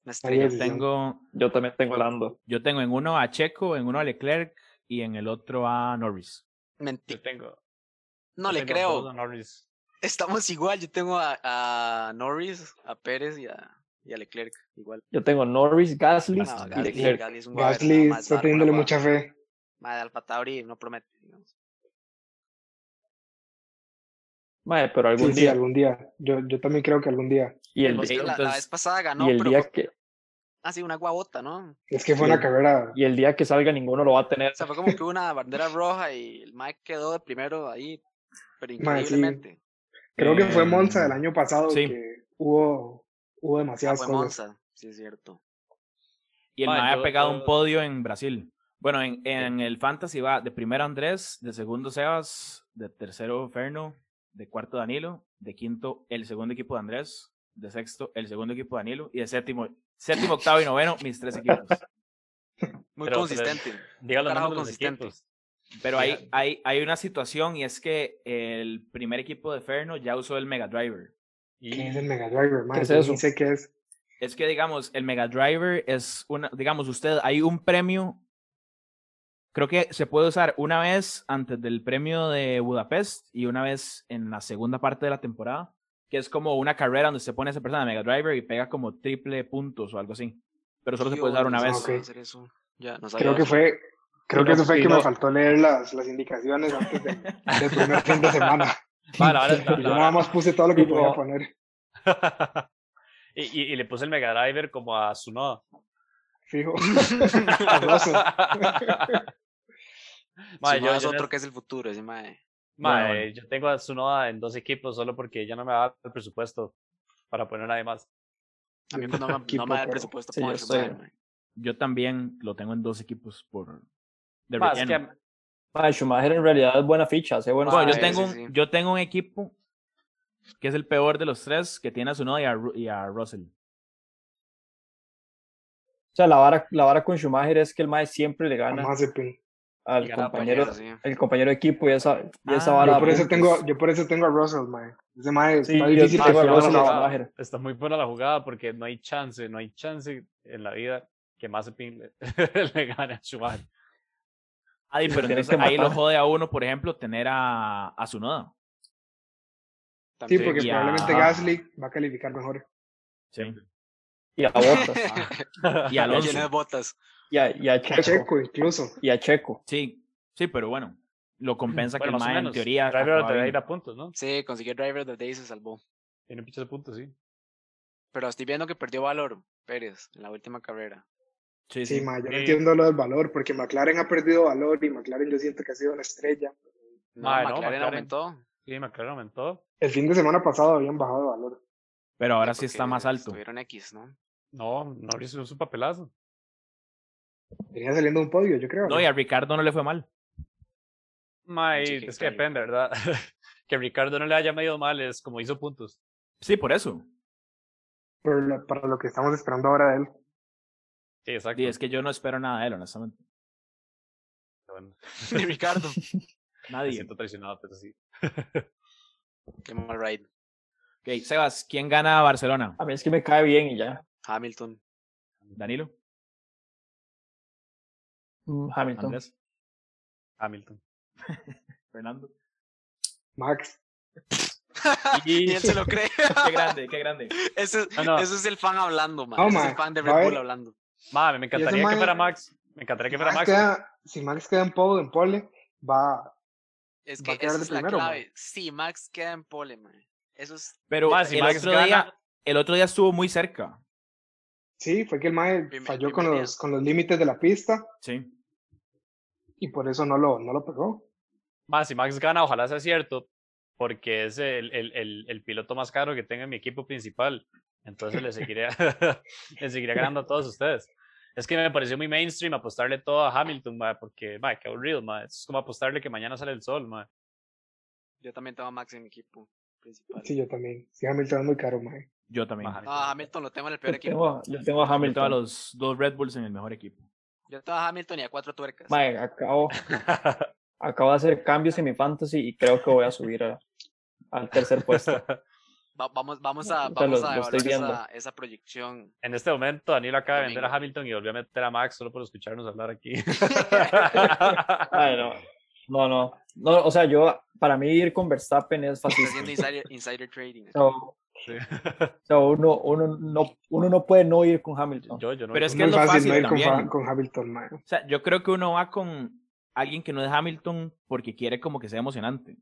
Una
Ahí
estrella.
es,
Tengo,
Yo también tengo el ando.
yo tengo en uno a Checo, en uno a Leclerc y en el otro a Norris.
Mentí.
Yo tengo.
No
yo
le
tengo a todos
creo.
a Norris.
Estamos igual. Yo tengo a, a Norris, a Pérez y a, y a Leclerc. Igual.
Yo tengo Norris, Gasly
No,
y
Gasly,
Leclerc.
Gasly es un guaver, nada
Gasly
más,
está
bárbaro,
teniéndole
guau.
mucha fe.
Madre Alfa Tauri no promete. digamos.
Mae, pero algún
Sí, sí,
día.
algún día. Yo, yo también creo que algún día.
y el,
O sea,
día-
la- la,
entonces-
vez pasada ganó,
y el
pero
día
fue-
que,
ah, sí, una guabota, ¿no?
Es que fue
Sí.
una carrera.
y el día que salga ninguno lo va a tener.
O sea, fue como que una bandera roja y el Mike quedó de primero ahí, pero
Mae, sí.
increíblemente.
Creo que
Eh,
fue
Em,
Monza del año pasado
sí.
que hubo, hubo
Ah,
demasiadas
fue
cosas.
Monza, sí es cierto.
Y el
Ma,
Mae ha
yo-
pegado un
yo-
podio en Brasil. Bueno, en, en el Fantasy va de primero Andrés, de segundo Sebas, de tercero Ferno, de cuarto Danilo, de quinto el segundo equipo de Andrés, de sexto el segundo equipo de Danilo y de séptimo, séptimo, octavo y noveno mis tres equipos.
Muy
Pero-
consistente.
Diga los
Carajo
nombres de los
consistente.
equipos.
Pero hay, hay, hay una situación y es que el primer equipo de Ferno ya usó el Mega Driver.
¿Qué es el Mega Driver, mae?
es
Yo ni
eso?
sé qué es.
Es que, digamos, el Mega Driver es una, digamos, usted, hay un premio, creo que se puede usar una vez antes del premio de Budapest y una vez en la segunda parte de la temporada, que es como una carrera donde se pone esa persona Mega Driver y pega como triple puntos o algo así. Pero solo se puede usar una
Ah,
vez.
ok.
Hacer eso. Ya, no sabía
Creo que
eso.
fue. Creo
Y
que
no-
eso fue
y
que
no-
me faltó leer las, las indicaciones antes del, del primer fin de semana.
Ma, la vara- la-
Yo
la
nada
vara-
más puse todo lo que
Y no-
podía poner.
y, y- y le puse el Mega Driver como a Tsunoda.
Fijo. Sabroso.
Ma,
Si
yo-
no, es
yo en
otro
es-
que es el futuro, ese mae.
ma,
Bueno, bueno.
eh, yo tengo a Tsunoda en dos equipos solo porque ya no me va a dar el presupuesto para poner nadie más.
A mí cuando no, me-
equipo,
no me da el
pero
presupuesto
sí,
puedo
yo
ayudar,
estoy-
mae.
Yo también lo tengo en dos equipos por... de
Más que
relleno.
a-
Mae, Schumacher en realidad es buena ficha, hace buenos
Bueno,
Ah,
yo,
sí,
tengo
sí,
un,
sí.
yo tengo un equipo que es el peor de los tres, que tiene a Zunoda y a, Ru- y a Russell.
O sea, la vara, la vara con Schumacher es que el mae siempre le
a
gana
Mazepin.
al
gana al
compañero,
sí.
el compañero de equipo y esa, y esa
Ah,
vara. pues, de
Yo por, eso
puntos.
tengo, yo por eso tengo a Russell, mae. Ese mae
Sí,
está
yo
difícil
tengo a
que
Russell
Russell.
la
jugada.
Schumacher.
Está muy buena la jugada porque no hay chance, no hay chance en la vida que Mazepin le, le gane a Schumacher.
Ah, y pero
Tiene
entonces
que
ahí lo
matar.
jode a uno, por ejemplo, tener a, a Zunoda.
Sí,
También.
porque
y a-
probablemente Gasly va a calificar mejor.
Y a Bottas.
Y a
Lleno de
Alonso.
botas.
y, a, y a
Que a
Checo.
Checo, incluso.
Y a Checo.
Sí, sí, pero bueno. Lo compensa
Bueno,
que el
más o
Mae, en
menos.
teoría.
Driver
acaba
te va a
bien.
ir a puntos, ¿no?
Sí, consiguió Driver of the Day y se salvó.
Tiene pichos de puntos, sí.
Pero estoy viendo que perdió valor Pérez en la última carrera.
Sí,
Sí,
sí.
mae, yo no
Sí.
entiendo lo del valor, porque McLaren ha perdido valor y McLaren yo siento que ha sido una estrella.
No,
Mae, no,
McLaren,
McLaren.
aumentó.
Sí, McLaren aumentó.
El fin de semana pasado habían bajado de valor.
Pero ahora
Sí,
sí está
porque
más alto.
Estuvieron X, ¿no?
No, Norris hizo su papelazo.
Venía saliendo de un podio, yo creo.
No, y a Ricardo no le fue mal.
Mae,
Sí, que
es que
cayó.
depende, ¿verdad? que Ricardo no le haya medido mal es como hizo puntos.
Sí, por eso.
Por lo- para lo que estamos esperando ahora de él.
Sí, exacto.
Y es que yo no espero nada de él, honestamente.
Bueno,
Ni Ricardo.
me
Nadie.
siento traicionado, pero sí.
Qué mal ride.
Ok, Sebas, ¿quién gana a Barcelona?
A mí es que me cae bien y ya.
Hamilton.
Danilo,
Mm, Hamilton.
Andrés,
Hamilton.
Fernando.
Max,
Y él se lo cree.
Qué grande, qué grande.
Ese,
No, no.
ese es el fan hablando, man.
No,
ese es
mae,
el fan de
va a
Red Bull
ver.
hablando.
Mae, me encantaría que
mae-
fuera Max. Me encantaría que fuera
Max
Max.
queda- si Max queda en podio, en pole, va.
Es
Va
que
a quedar
esa
de
es la
primero,
clave. Si Max queda en pole, man. Eso es
Pero
Mae, si
el,
Max
otro
gana-
día, el otro día estuvo muy cerca.
Sí, fue que el Mae
Primer-
falló
primer
con
día.
los, con los límites de la pista
Sí.
y por eso no lo, no lo pegó.
Mae, si Max gana, ojalá sea cierto, porque es el, el, el, el piloto más caro que tenga en mi equipo principal. Entonces le seguiré, le seguiré ganando a todos ustedes. Es que me pareció muy mainstream apostarle todo a Hamilton, mae, porque, mae, qué aburrido, mae. Es como apostarle que mañana sale el sol,
Ah,
mae.
Yo también tengo a Max en mi equipo principal.
Sí, yo también. Sí, Hamilton es muy caro, Mae.
Yo también.
Mae,
No, a Hamilton lo tengo en el peor
Yo
equipo.
Pues tengo, a- yo tengo a
Hamilton a
Hamilton.
los dos Red Bulls en el mejor equipo.
Yo tengo a Hamilton y a cuatro tuercas.
Mae, acabo, acabo de hacer cambios en mi fantasy y creo que voy a subir a- al tercer puesto.
Va- vamos, vamos
No,
a,
o sea,
vamos
lo-
a
lo
evaluar
estoy
esa,
viendo.
esa proyección.
En este momento, Daniel acaba de vender a
Domingo.
Hamilton y volvió a meter a Max solo por escucharnos hablar aquí.
Ay, no. no, no, no, o sea, yo, para mí ir con Verstappen es
Está
fácil.
haciendo insider, insider trading.
O
Sí.
sea, uno, uno, no, uno no puede no ir con Hamilton.
Yo, yo no.
Pero es
Es
que
muy
es lo
fácil
fácil
no ir con,
también.
Fa- con Hamilton, Mae.
O sea, yo creo que uno va con alguien que no es Hamilton porque quiere como que sea emocionante.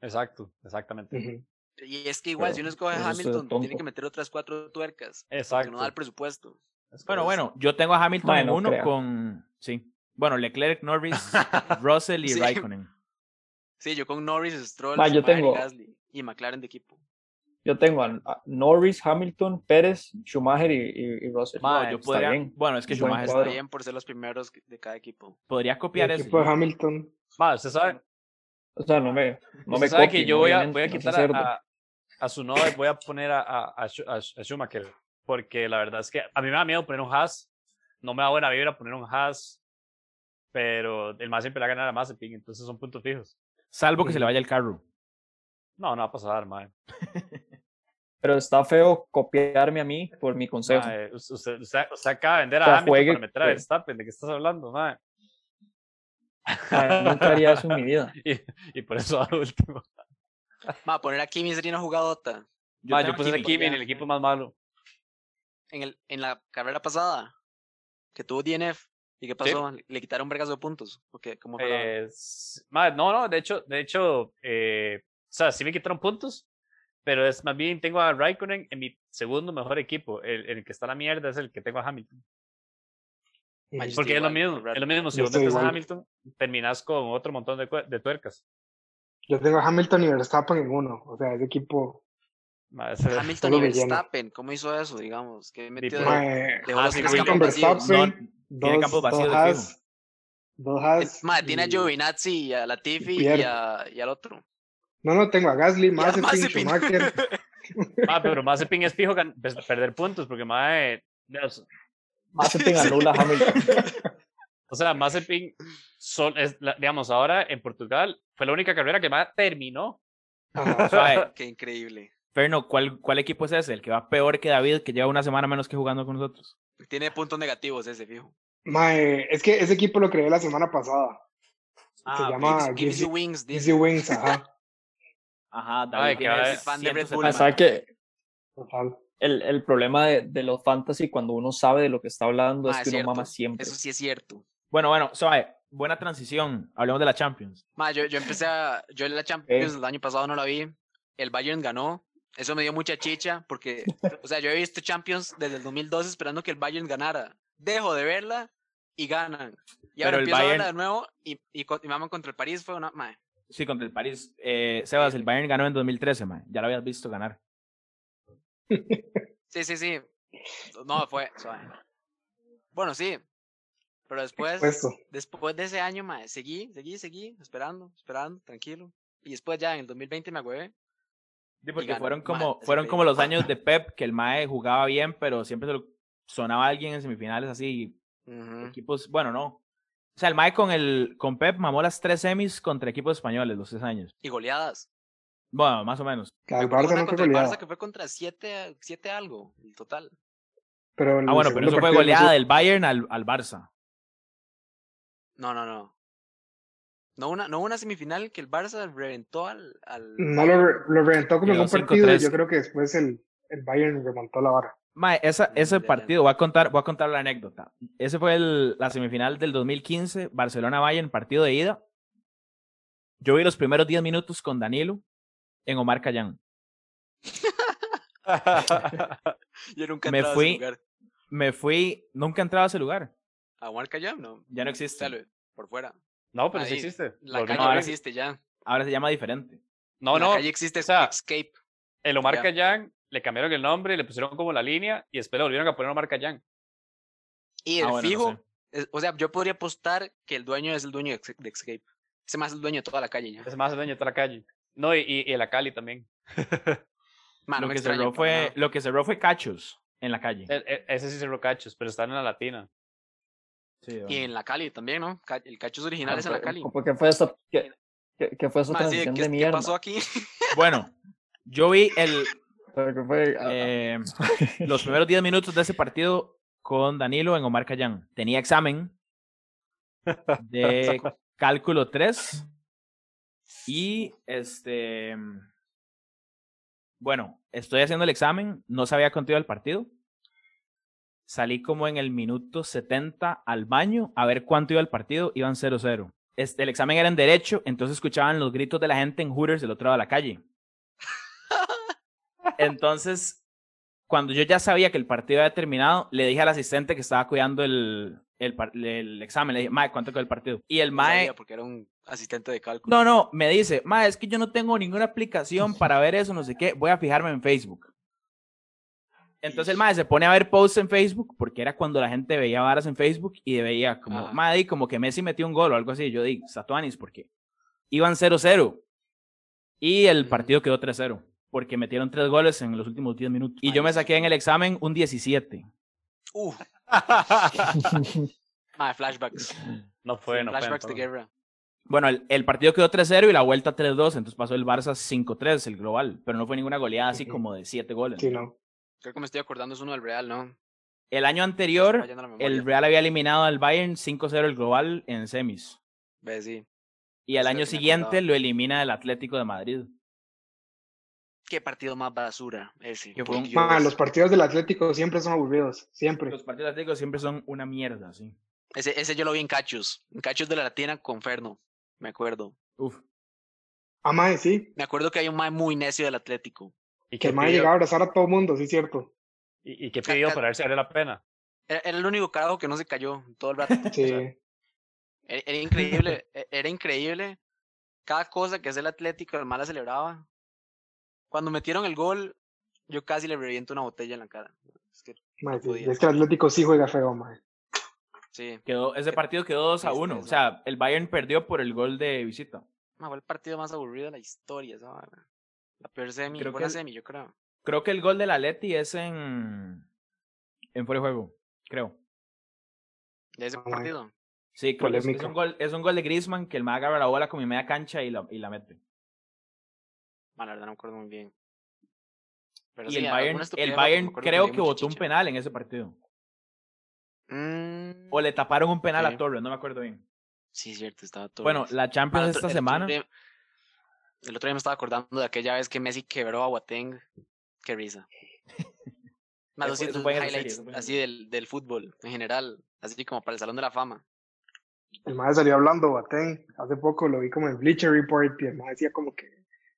Exacto, exactamente.
Ujú.
Y es que igual,
Pero
si uno escoge
eso
a
es de
Hamilton, tiene
tonto.
que meter otras cuatro tuercas. Porque
Exacto.
no da el presupuesto.
Es
Bueno,
correcto.
bueno, yo tengo a Hamilton
Mae,
en
no
uno
creo.
con. Sí. Bueno, Leclerc, Norris, Russell y
Sí.
Raikkonen.
Sí, yo con Norris, Stroll,
Ma, yo
Schumacher
tengo-
y Gasly. Y McLaren de equipo.
Yo tengo a, a Norris, Hamilton, Pérez, Schumacher y, y, y Russell.
No, yo
Está
podría.
bien.
Bueno, es que
Buen
Schumacher
Está
cuadro. Claro.
bien por ser los primeros que- de cada equipo.
podría copiar
el
eso.
equipo de Hamilton.
Mae, usted sabe,
O sea, no me, no
usted
me
sabe
copien,
que yo voy a,
obviamente,
voy a
no soy
quitar
cerdo.
a, a, a Tsunoda y voy a poner a, a, a Schu- a Sch- a Schumacher. Porque la verdad es que a mí me da miedo poner un Haas. No me da buena vibra poner un Haas. Pero el más siempre la gana a Mazepin, entonces son puntos fijos.
Salvo que se le vaya el carro.
No, no va a pasar, mae.
Pero está feo copiarme a mí por mi consejo.
Mae, eh, us- usted, usted- usted acaba de vender a
O sea,
Hamilton
juegue-
para meter a
juegue.
Verstappen. ¿De qué estás hablando, mae?
Mae, nunca haría eso en mi vida.
Y, y por eso va último.
Va a poner a Kimi sería una jugadota.
Yo, mae,
tengo
yo puse a
Kimi.
Kimi en el equipo más malo.
En, el, en la carrera pasada, que tuvo DNF. ¿Y qué pasó? Le quitaron vergas de puntos. Porque, como
Eh, s- mae, no, no, de hecho, de hecho, eh, o sea, sí me quitaron puntos, pero es más bien tengo a Raikkonen en mi segundo mejor equipo. El, el que está a la mierda es el que tengo a Hamilton.
Ma, yo
Ujú.
estoy
Porque es lo
igual,
mismo,
Ra-
es lo mismo. Si
Yo
vos
estoy
metes a
igual.
Hamilton, terminás con otro montón de, cue- de tuercas.
Yo tengo a Hamilton y Verstappen en uno. O sea, ese equipo.
Mae, ese-
Hamilton
Solo
y
me llena.
Verstappen, ¿cómo hizo eso, digamos? Que metió
Sí,
pues,
de-
Mae,
dejó los
ah,
sí,
tres
Hamilton,
campos vacíos.
Verstappen,
Tiene
dos,
campos
dos
vacíos de
Haas, Vos has-
Madre, tiene a
y-
Giovinazzi y a Latifi y,
pierde.
a- y al otro.
No, no, tengo a Gasly, más
Mazepin.
Schumacher.
Ah, pero Mazepin es fijo gan- pues, perder puntos, porque mae, Dios,
Mazepin anula a Hamilton.
o sea, Mazepin, sol- es la- digamos, ahora en Portugal fue la única carrera que más terminó.
Ah,
Suave.
Qué increíble.
Ferno, ¿cuál, ¿cuál equipo es ese? El que va peor que David, que lleva una semana menos que jugando con nosotros.
Tiene puntos negativos ese, fijo.
mae, es que ese equipo lo creé la semana pasada.
Ah,
Se llama
Gives- gives you
Gives-
wings, dice.
Easy Wings, ajá.
Ajá, David.
Ay, que
tiene
va-
Es fan de Red
170.
Bull, man.
¿Sabes que
Total.
Ah, El, el problema de, de los fantasy cuando uno sabe de lo que está hablando
Ah,
es que
es
uno mama
cierto.
siempre.
Eso sí es cierto.
Bueno, bueno, suave. Buena transición. Hablemos de la Champions.
Ma, yo, yo empecé a. Yo en la Champions el año pasado no la vi. El Bayern ganó. Eso me dio mucha chicha porque, o sea, yo he visto Champions desde el 2012 esperando que el Bayern ganara. Dejo de verla y ganan. Y
Pero
ahora
el
empiezo a verla
Bayern-
de nuevo y, y, co- y maman contra el París. Fue una. ma,
Sí, contra el París. Eh, Sebas, el Bayern ganó en 2013, man. Ya lo habías visto ganar.
Sí, sí, sí. No, fue. suave. Bueno, sí. Pero después,
Pues
Puesto.
después de ese año, ma, seguí, seguí, seguí, esperando, esperando, tranquilo. Y después ya en el 2020 me agüevé.
Sí, porque
ganó,
fueron
mae,
como,
ese
fueron
fue-
como los años de Pep, que el Mae jugaba bien, pero siempre se lo sonaba a alguien en semifinales así.
Ujú.
Equipos, bueno, no. O sea, el Mae con, el, con Pep mamó las tres semis contra equipos españoles los tres años.
Y goleadas.
Bueno, más o menos.
Al
Hubo
Barça
una
no fue
contra el
goleada.
Barça que fue contra 7 siete algo, el total.
Pero en
Ah,
el
bueno, pero
segundo
eso fue
partido
goleada
nosotros-
del Bayern al, al Barça.
No, no, no. No una, no una semifinal que el Barça reventó al. al...
No lo, re- lo reventó como en
Quedó
un partido. y
5-3.
Yo creo que después el, el Bayern remontó la vara.
Mae, esa,
Mm,
ese
ya, ya.
partido, voy a contar, voy a contar la anécdota. Ese fue el- la semifinal del 2015, Barcelona-Bayern, partido de ida. Yo vi los primeros 10 minutos con Danilo en Omar Cayán.
Yo nunca
Me
entraba a ese
fui-
lugar.
Me fui, nunca entraba a ese lugar.
A Marca ya, no.
Ya no existe.
Sale, por fuera.
No, pero sí
Ahí,
existe.
La
Volvió-
calle
ahora
no
sí.
existe ya.
Ahora se llama diferente.
No,
la
no,
calle existe
o sea,
Escape.
el Omar
ya.
Cayán le cambiaron el nombre, le pusieron como la línea y después le volvieron a poner Omar Cayán.
Y el
Ah, bueno, no
fijo.
sé.
es- o sea, yo podría apostar que el dueño es el dueño de Ex- de Escape. Ese más es el dueño de toda la calle ya.
Es más, el dueño de toda la calle. No, y, y, y la Cali también.
Ma, no
lo,
me
que
extraña
cerró
para
fue,
nada.
lo que cerró fue Cachos en la calle.
E- e- ese sí cerró cachos, pero están en la latina.
Sí, bueno.
Y en la Cali también, ¿no? Ca- El cacho
Ah,
original es en la Cali.
¿Por qué fue esa, qué, qué- qué fue esa
Ma, sí,
transición
¿qué,
de
qué
mierda?
pasó aquí?
Bueno, yo vi el,
¿Por qué fue- ah,
eh, los primeros 10 minutos de ese partido con Danilo en Omar Cayán. Tenía examen de cálculo 3 y este bueno, estoy haciendo el examen, no sabía contenido del partido. Salí como en el minuto 70 al baño a ver cuánto iba el partido, iban 0-0. Este, el examen era en derecho, entonces escuchaban los gritos de la gente en Hooters del otro lado de la calle. Entonces, cuando yo ya sabía que el partido había terminado, le dije al asistente que estaba cuidando el, el, par- el examen, le dije, Mae, ¿cuánto quedó el partido? Y el
No
Mae,
sabía, Porque era un asistente de cálculo.
no, no, me dice, Mae, es que yo no tengo ninguna aplicación para ver eso, no sé qué, voy a fijarme en Facebook. Entonces el Mae se pone a ver posts en Facebook, porque era cuando la gente veía varas en Facebook y veía como,
Ajá.
Mae, di, como que Messi metió un gol o algo así. Yo digo, Satuanis, porque iban 0-0 y el
Ujú.
partido quedó 3-0, porque metieron tres goles en los últimos 10 minutos. Y yo me
Malísimo.
saqué en el examen un 17.
Uh, ma, flashbacks.
No fue, no fue.
flashbacks de
no fue.
guerra.
Bueno, el, el partido quedó 3-0 y la vuelta 3-2, entonces pasó el Barça 5-3, el global, pero no fue ninguna goleada así
Ujú.
como de 7 goles.
Sí, no.
Creo que me estoy acordando, es uno del Real, ¿no?
El año
Se
anterior,
me va yendo la memoria.
el Real había eliminado al Bayern 5-0 el global en semis.
Ve, sí.
Y al
Este
año
sí me acordaba.
siguiente lo elimina el Atlético de Madrid.
Qué partido más basura ese.
Que
por
fue un-
Ma,
Dios.
los partidos del Atlético siempre son aburridos. Siempre.
Los partidos atléticos siempre son una mierda, sí.
Ese, ese yo lo vi en Cachos. En Cachos de la Latina con Ferno. Me acuerdo.
Uf.
Ah, mae, sí.
Me acuerdo que hay un mae muy necio del Atlético.
¿Y
Que
qué
el mae
pidió,
llegaba a abrazar a todo mundo, sí, cierto.
y, y qué pidió
Ca- ca-
para ver si vale la pena?
Era, era el único carajo que no se cayó en todo el rato. o sea,
Sí.
era, era increíble. e- Era increíble. Cada cosa que hace el Atlético, el mae la celebraba. Cuando metieron el gol, yo casi le reviento una botella en la cara. Es que
mae, sí.
podía.
Es que el Atlético sí juega feo, mae.
Sí.
Quedó, ese partido quedó 2 a 1. O sea, el Bayern perdió por el gol de visita.
Ma, fue el partido más aburrido de la historia, esa vara. La peor semi,
Creo que
buena
el-
semi, yo creo.
Creo que el gol del Atleti es en. En fuera de juego, creo.
De ese
Ah, bueno.
partido.
Sí, creo que es, es
Polémico.
un gol, es un gol de Griezmann que el más agarra la bola con mi media cancha y la, y la mete.
Ma, la verdad no me acuerdo muy bien. Pero
Y
sí,
el
alguna
Bayern,
estupidez
el
loca, me
Bayern
acuerdo
creo
le
que
dio mucha
votó un
chicha.
penal en ese partido.
Mm,
O le taparon un penal
Sí.
a Torres, no me acuerdo bien.
sí, cierto, estaba todo.
Bueno, la Champions
Ah, el otro-
esta
el otro
semana.
día- el otro día me estaba acordando de aquella vez que Messi quebró a Boateng. Qué risa. Más
Eso fue- eso
200
fue en la serie,
highlights
eso fue en la
así del, del fútbol en general, así como para el Salón de la Fama.
El maestro salió hablando, Batén. Hace poco lo vi como en Bleacher Report y el maestro decía como que,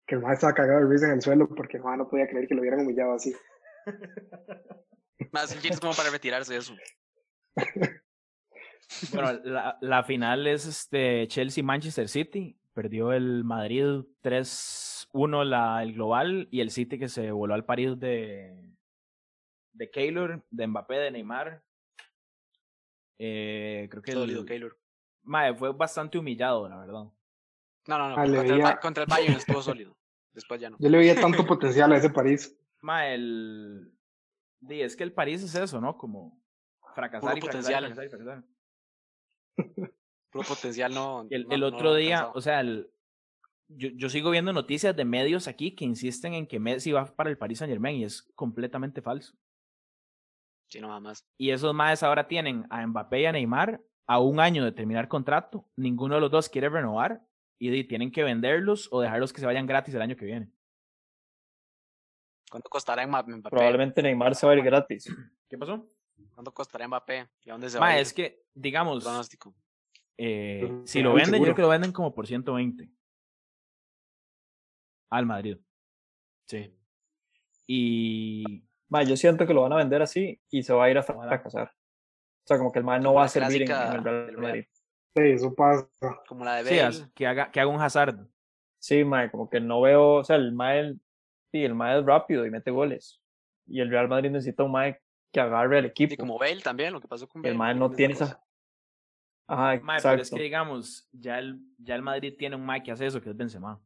que el maestro estaba cagado de risa en el suelo porque el maestro no podía creer que lo hubieran humillado así.
Más es como para retirarse de eso.
Bueno, la, la final es este Chelsea-Manchester City. Perdió el Madrid 3-1 la- el global y el City que se voló al París de, de Keylor, de Mbappé, de Neymar. Eh, creo que el-
Sólido, Keylor.
Mae, fue bastante humillado, la verdad.
No, no, no.
Ah, le
Contra el, Ba-
veía-
contra el Bayern estuvo sólido. Después ya no.
Yo le veía tanto potencial a ese París.
Mae, el... di, es que el París es eso, ¿no? Como fracasar
Puro
y fracasar,
potencial.
y fracasar y fracasar.
Puro potencial no.
El,
no-
el
no
otro
lo
día,
alcanzaba.
o sea, el- yo, yo sigo viendo noticias de medios aquí que insisten en que Messi va para el Paris Saint Germain y es completamente falso.
Sí, no, nada más.
Y esos maes ahora tienen a Mbappé y a Neymar a un año de terminar contrato, ninguno de los dos quiere renovar y di- tienen que venderlos o dejarlos que se vayan gratis el año que viene.
¿Cuánto costará Mba- Mbappé?
Probablemente Neymar se va a ir gratis.
¿Qué pasó?
¿Cuánto costará Mbappé? ¿Y a dónde se va? a
Mae,
ir?
es que, pues, digamos,
Pronóstico.
eh,
Ujú,
si lo
muy
venden, yo creo
seguro.
que lo venden como por 120 al Madrid. Sí. Y
Ma, yo siento que lo van a vender así y se va a ir a fracasar. O sea, como que el man no
Como
va a
la
servir en,
clásica
en
del
el Real
Real.
Madrid.
Sí, eso pasa.
Como la de
Sí,
Bale.
as- que haga, que haga un Hazard.
Sí, ma, como que no veo, o sea, el ma, el- sí, el ma es rápido y mete goles. Y el Real Madrid necesita un ma que agarre al
Y
equipo.
como Bale también, lo que pasó con Bale.
el ma
Bale
no
es
tiene
cosa.
esa... Ajá,
Mae,
exacto.
pero es que digamos, ya el, ya el Madrid tiene un Mae que hace eso, que es Benzema.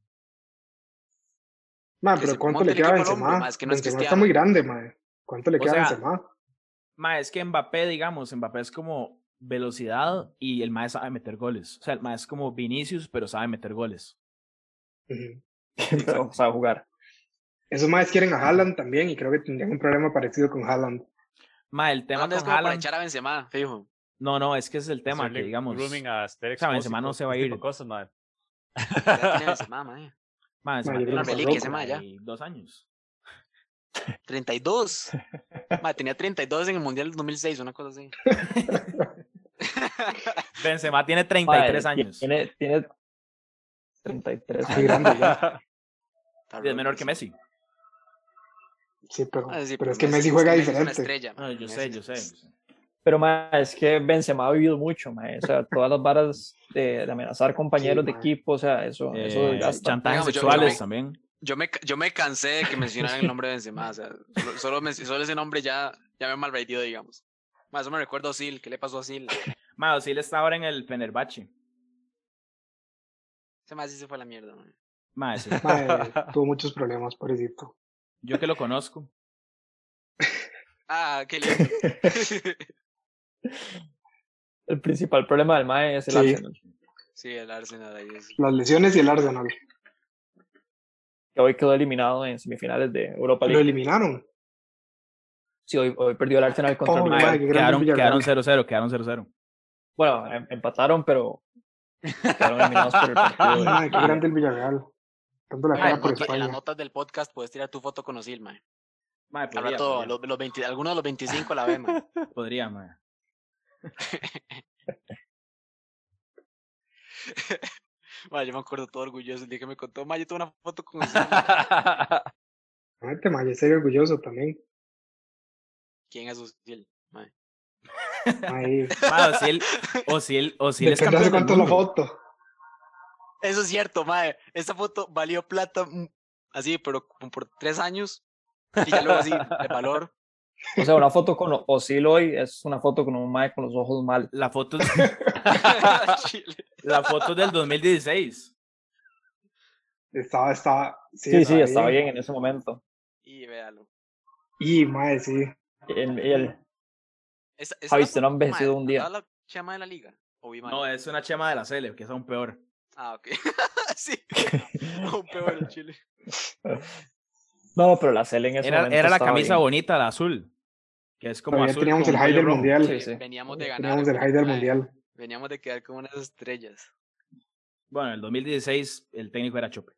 Ma,
Que
pero
se
¿cuánto
monte
le
el
queda a
equipo al hombro,
Benzema?
ma, es que no es
Benzema está
Cristiano.
muy grande, ma. ¿Cuánto le
O
queda
sea,
a Benzema?
Mae, es que Mbappé, digamos, Mbappé es como velocidad y el Mae sabe meter goles. O sea, el Mae es como Vinicius, pero sabe meter goles.
Ujú.
Pero, o sea, jugar.
Esos maes quieren a Haaland también y creo que tendrían un problema parecido con Haaland.
Mae, el tema
¿Dónde es
con
como para
Haaland...
echar a Benzema? Fijo.
No, no, es que ese es el tema, que
Hacerle
digamos...
grooming a Esther
sea, Benzema no
Expósito,
se va a
ese tipo
ir.
de cosas, mae.
Ya tiene Benzema, mae.
Mae, Benzema
yo creo
tiene
que
Reliquia, ese mae, ya.
42 años.
32. Mae, tenía 32 en el Mundial del 2006, una cosa así.
Benzema tiene
Madre,
33 años.
Tiene, tiene 33
Muy grande ya.
Está
Y es menor
roto,
que Messi.
Sí, pero,
Ah, sí,
pero es que Messi,
es
juega
Messi Es una
diferente.
estrella.
No, Ah, yo
Messi
sé,
es-
yo sé. yo sé.
Pero ma, es que Benzema ha vivido mucho, ma. O sea, todas las varas de, de amenazar compañeros de
ma.
equipo, o sea, eso, eso
Eh,
desgasta.
chantajes
Digamos, yo- yo-
sexuales también.
Yo me, ca- yo me cansé de que mencionaran el nombre de Benzema. O sea, solo, solo, men- solo ese nombre ya, ya me malvadió, digamos. Mae, eso me recuerdo a Sil. ¿Qué le pasó a Sil?
Mae, Ozil está ahora en el Fenerbahce.
Ese mae sí se fue a la mierda, mae.
Mae, sí.
Ma, eh, tuvo muchos problemas, pobrecito.
Yo que lo conozco.
Ah, qué lindo.
El principal problema del MAE es el
Sí.
Arsenal.
Sí, el Arsenal ahí es.
Las lesiones y el Arsenal.
Que hoy quedó eliminado en semifinales de Europa
Lo
League.
eliminaron.
Sí, hoy, hoy perdió el Arsenal contra
Oh,
el
ma,
Villarreal.
qué grande
Quedaron
el Villarreal.
quedaron 0-0, quedaron 0-0.
Bueno, em- empataron, pero quedaron eliminados por el partido.
Ma, qué
de-
grande el Villarreal. Tanto la
Mae,
cara por
nota- en las
España.
notas del podcast puedes tirar tu foto con Osil, mae.
Mae,
Ah, pues
Habrá
podría,
todo,
podría,
los, los 20 algunos de los 25 a la vez, mae.
podría, mae.
Mae, yo me acuerdo todo orgulloso. El día que me contó, mae, yo tuve una foto con Osil.
Mate, ma, yo estoy orgulloso también.
¿Quién es Osil?
Ahí.
Mae, Ozil, Ozil, Ozil es
Depende hace
campeón
cuánto
del
la
mundo.
foto.
Eso es cierto, mae. Esa foto valió plata mm, así, pero como por tres años. Y ya luego así, de valor.
O sea, una foto con Osil hoy es una foto con un mae con los ojos mal.
La foto,
Chile.
la foto del 2016.
Estaba, estaba. Sí,
Sí, sí, estaba bien en ese momento.
Y véalo.
Y, mae, sí.
Y el- y el-
Esa- esa
Javi,
la
usted Ah, no
foto,
ha
mae,
envejecido un día.
¿andaba la chama de la liga? ¿O vi mal?
No, es una chema de la Cele, que es aún peor.
Ah, ok. sí. Aún peor en Chile.
No, pero la Cel en ese
Era,
momento.
era la
estaba
camisa
bien.
bonita, la azul. Que es como
Todavía
azul
teníamos
con
el high
cuello
del
rojo.
mundial.
Sí, sí.
Veníamos de ganar.
Teníamos el high del
mae,
mundial.
Veníamos de quedar como unas estrellas.
Bueno, en el 2016 el técnico era Chope.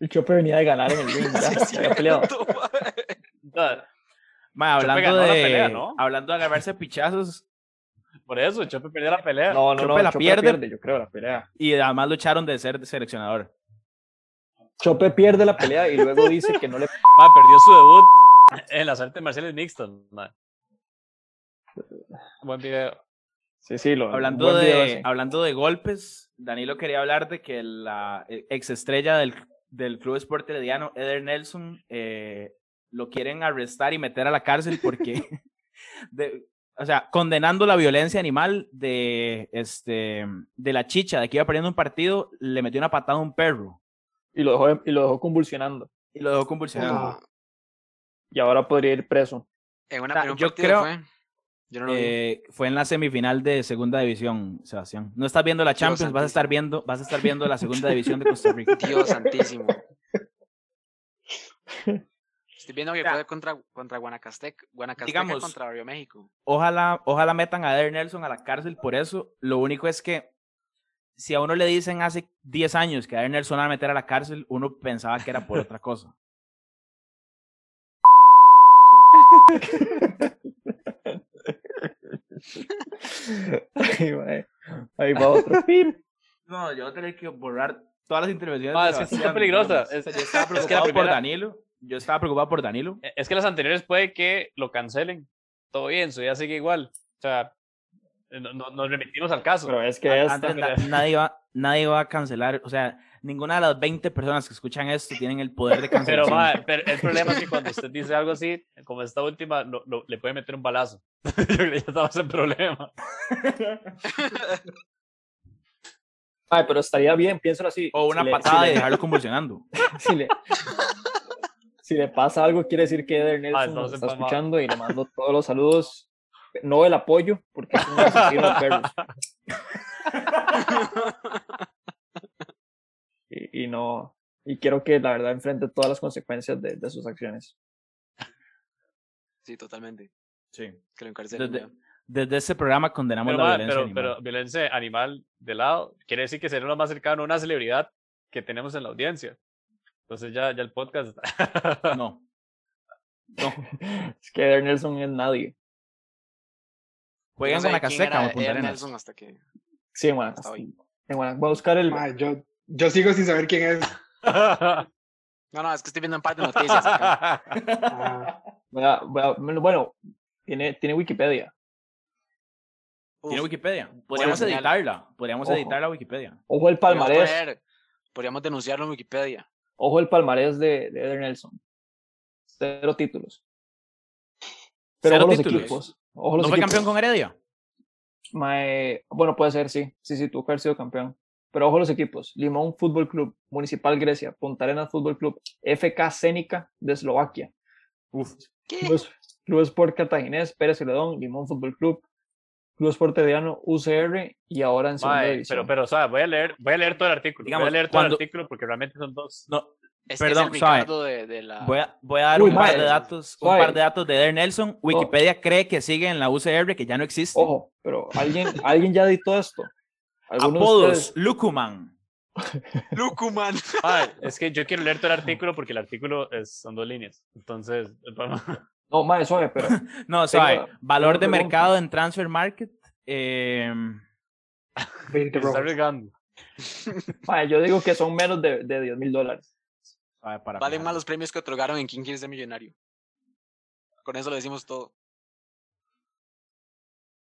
El Chope venía de ganar en el ring. Ya, se había peleado.
Da-
Ma,
Chope
hablando,
ganó
de,
la pelea, ¿no?
hablando de agarrarse pichazos
Por eso, Chope perdió la pelea.
No, no,
Chope
no.
pues la
Chope
pierde.
yo creo, la pelea.
y además lo echaron de ser seleccionador.
Chope pierde la pelea y luego dice que no le.
Ma, perdió su debut en las artes marciales mixtas. ma. Buen video.
Sí, sí, lo.
Hablando
buen video
de,
ese.
hablando de golpes, Danilo quería hablar de que la ex estrella del, del Club Sport Herediano, Eder Nelson, eh, lo quieren arrestar y meter a la cárcel porque, de- o sea, condenando la violencia animal de, este, de la chicha, de que iba perdiendo un partido, le metió una patada a un perro
Y lo dejó, y lo dejó convulsionando.
y lo dejó convulsionando.
Ah,
Y ahora podría ir preso.
En una
O sea,
en un
yo
partido
creo-
fue. Yo no lo vi.
Eh, fue en la semifinal de segunda división, Sebastián. No estás viendo la Champions, vas a estar
santísimo.
viendo, vas a estar viendo la segunda división de Costa Rica.
Dios santísimo. Estoy viendo que
Ya.
juega contra, contra Guanacasteca. Guanacasteca
Digamos-
contra Barrio México.
Ojalá, ojalá metan a Eder Nelson a la cárcel por eso. Lo único es que si a uno le dicen hace 10 años que a Eder Nelson van a meter a la cárcel, uno pensaba que era por otra cosa.
Ahí va, eh. Ahí va otro. Pip.
No, yo voy a tener que borrar todas las intervenciones.
Ma,
de
es que está
Sebastián,
peligrosa.
digamos.
Es-
O sea, yo estaba
es
preocupado
que la
por
primera-
Danilo. Yo estaba preocupado por Danilo.
Es que las anteriores puede que lo cancelen. Todo bien, su vida sigue igual. O sea, no- no- nos remitimos al caso.
Pero es que
A-
esta.
antes na- nadie, va, nadie va a cancelar. O sea, ninguna de las 20 personas que escuchan esto tienen el poder de cancelar.
Pero, ma, pero el problema es que cuando usted dice algo así, como esta última, lo- lo- le puede meter un balazo. Yo creo que ya estaba ese problema.
Ay, pero estaría bien, piénsalo así.
O una
si le-
patada
si
y
le-
dejarlo convulsionando.
si le, si le pasa algo, quiere decir que Eder Nelson nos
entonces,
está
pues, ma-
escuchando y le mando todos los saludos. No el apoyo, porque es un asesino de perros. Y, y no. Y quiero que la verdad enfrente todas las consecuencias de, de sus acciones.
Sí, totalmente.
Sí.
Que lo encarcelen.
Desde-
¿no?
Desde ese programa condenamos la
Pero, ma,
violencia.
pero,
animal.
pero violencia animal de lado, quiere decir que será lo más cercano a una celebridad que tenemos en la audiencia. Entonces ya, ya el podcast
No.
Es que Eder Nelson es nadie.
Yo
Juegan
no sabía
con la
quién
caseca
era
o con
Eder
Arenas.
Nelson hasta que.
Sí, en Guanac-
Hasta hoy.
en Guanac- Voy a buscar el.
mae, yo, yo sigo sin saber quién es.
No, no, es que estoy viendo un par de noticias. acá.
Ah,
voy a- voy a- bueno, tiene, tiene Wikipedia.
Uf,
Tiene Wikipedia. Podríamos
señal.
editarla. Podríamos
Ojo.
editar la Wikipedia.
Ojo el
podríamos
palmarés.
pues,
poner- Podríamos denunciarlo en Wikipedia.
Ojo el palmarés de, de Eder Nelson. Cero títulos. Pero
Cero
ojo los
títulos.
equipos. Ojo
¿No
los
fue
equipos.
campeón con Heredia?
Mae- Bueno, puede ser, sí. Sí, sí, tuvo que haber sido campeón. Pero ojo los equipos. Limón Fútbol Club, Municipal Grecia, Punta Arenas Fútbol Club, FK Cénica de Eslovaquia,
Uf.
¿Qué? Este
Club, Es- Club Sport Cartaginés, Pérez Celedón, Limón Fútbol Club, Club Sport Herediano, UCR y ahora en segunda
Mae,
eh,
división.
pero, pero, o sea, voy a leer, voy a leer todo el artículo. voy
Digamos,
a leer todo
cuando-
el artículo porque realmente son dos.
No,
Este
Perdón,
es el
suave.
Ricardo de, de la.
voy a, voy a dar
Uy,
un par
mae. Oh.
de datos. Un
Suave.
par de datos de Eder Nelson. Wikipedia cree que sigue en la UCR, que ya no existe.
Ojo, pero alguien, alguien ya editó esto. ¿Alguno de
Apodos.
ustedes?
Lucuman.
Lucuman.
Mae, es que yo quiero leer todo el artículo porque el artículo es, son dos líneas. Entonces, vamos-
No, mae, suave, pero
No, sabe.
Tengo-
Valor
tengo
de
pregunta.
mercado en Transfer Market. eh,
20
se está
rojos.
arriesgando.
mae, yo digo que son menos de, de 10 mil dólares.
sabe, para
Valen
fijar.
más los premios que otorgaron en King Quiere Ser Millonario. Con eso lo decimos todo.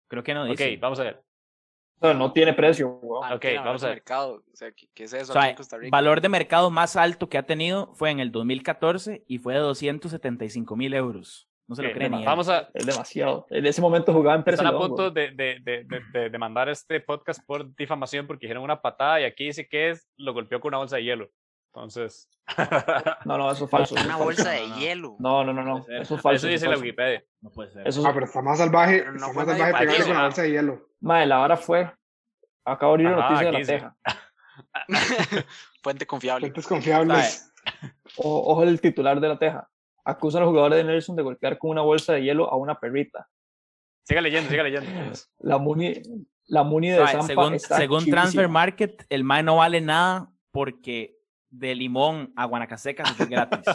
Creo que no
Ok,
dice.
vamos a ver.
No, no tiene precio, weón.
Ah, no
Ok,
tiene valor
vamos
de
a ver.
mercado. O sea, ¿qué, qué es
O
eso
sea,
aquí en Costa Rica?
Valor de mercado más alto que ha tenido fue en el 2014 y fue de 275 mil euros. No se lo
Ok,
creen. ni él.
Vamos a,
Es demasiado. En ese momento jugaba en
Están
Barcelona.
a punto
weón.
de, de, de, de- de demandar este podcast por difamación porque dijeron una patada y aquí dice que es, lo golpeó con una bolsa de hielo. Entonces,
No, no, eso es falso. eso es
Una
falso.
bolsa
No,
de
no, no.
hielo.
No, no, no, no.
Puede ser.
Eso es
eso
falso. eso es
dice la
falso.
Wikipedia.
No puede ser.
Eso es-
Ah, pero está más salvaje,
Pero no
está
fue
más
nadie
salvaje
para
pegarse
allá.
con la bolsa de hielo.
Mae, la hora fue. Acabo de abrir una
Ajá,
noticia de
aquí
la
dice.
teja.
Fuente confiable.
Fuentes confiables.
O- ojo el titular de la teja. Acusan a los jugadores de Nelson de golpear con una bolsa de hielo a una perrita.
Siga leyendo, siga leyendo.
La Muni, la muni de
O sea,
Zampa
según
está
según
chivísima.
Transfer Market, el mae no vale nada porque de Limón a Guanacaseca es gratis.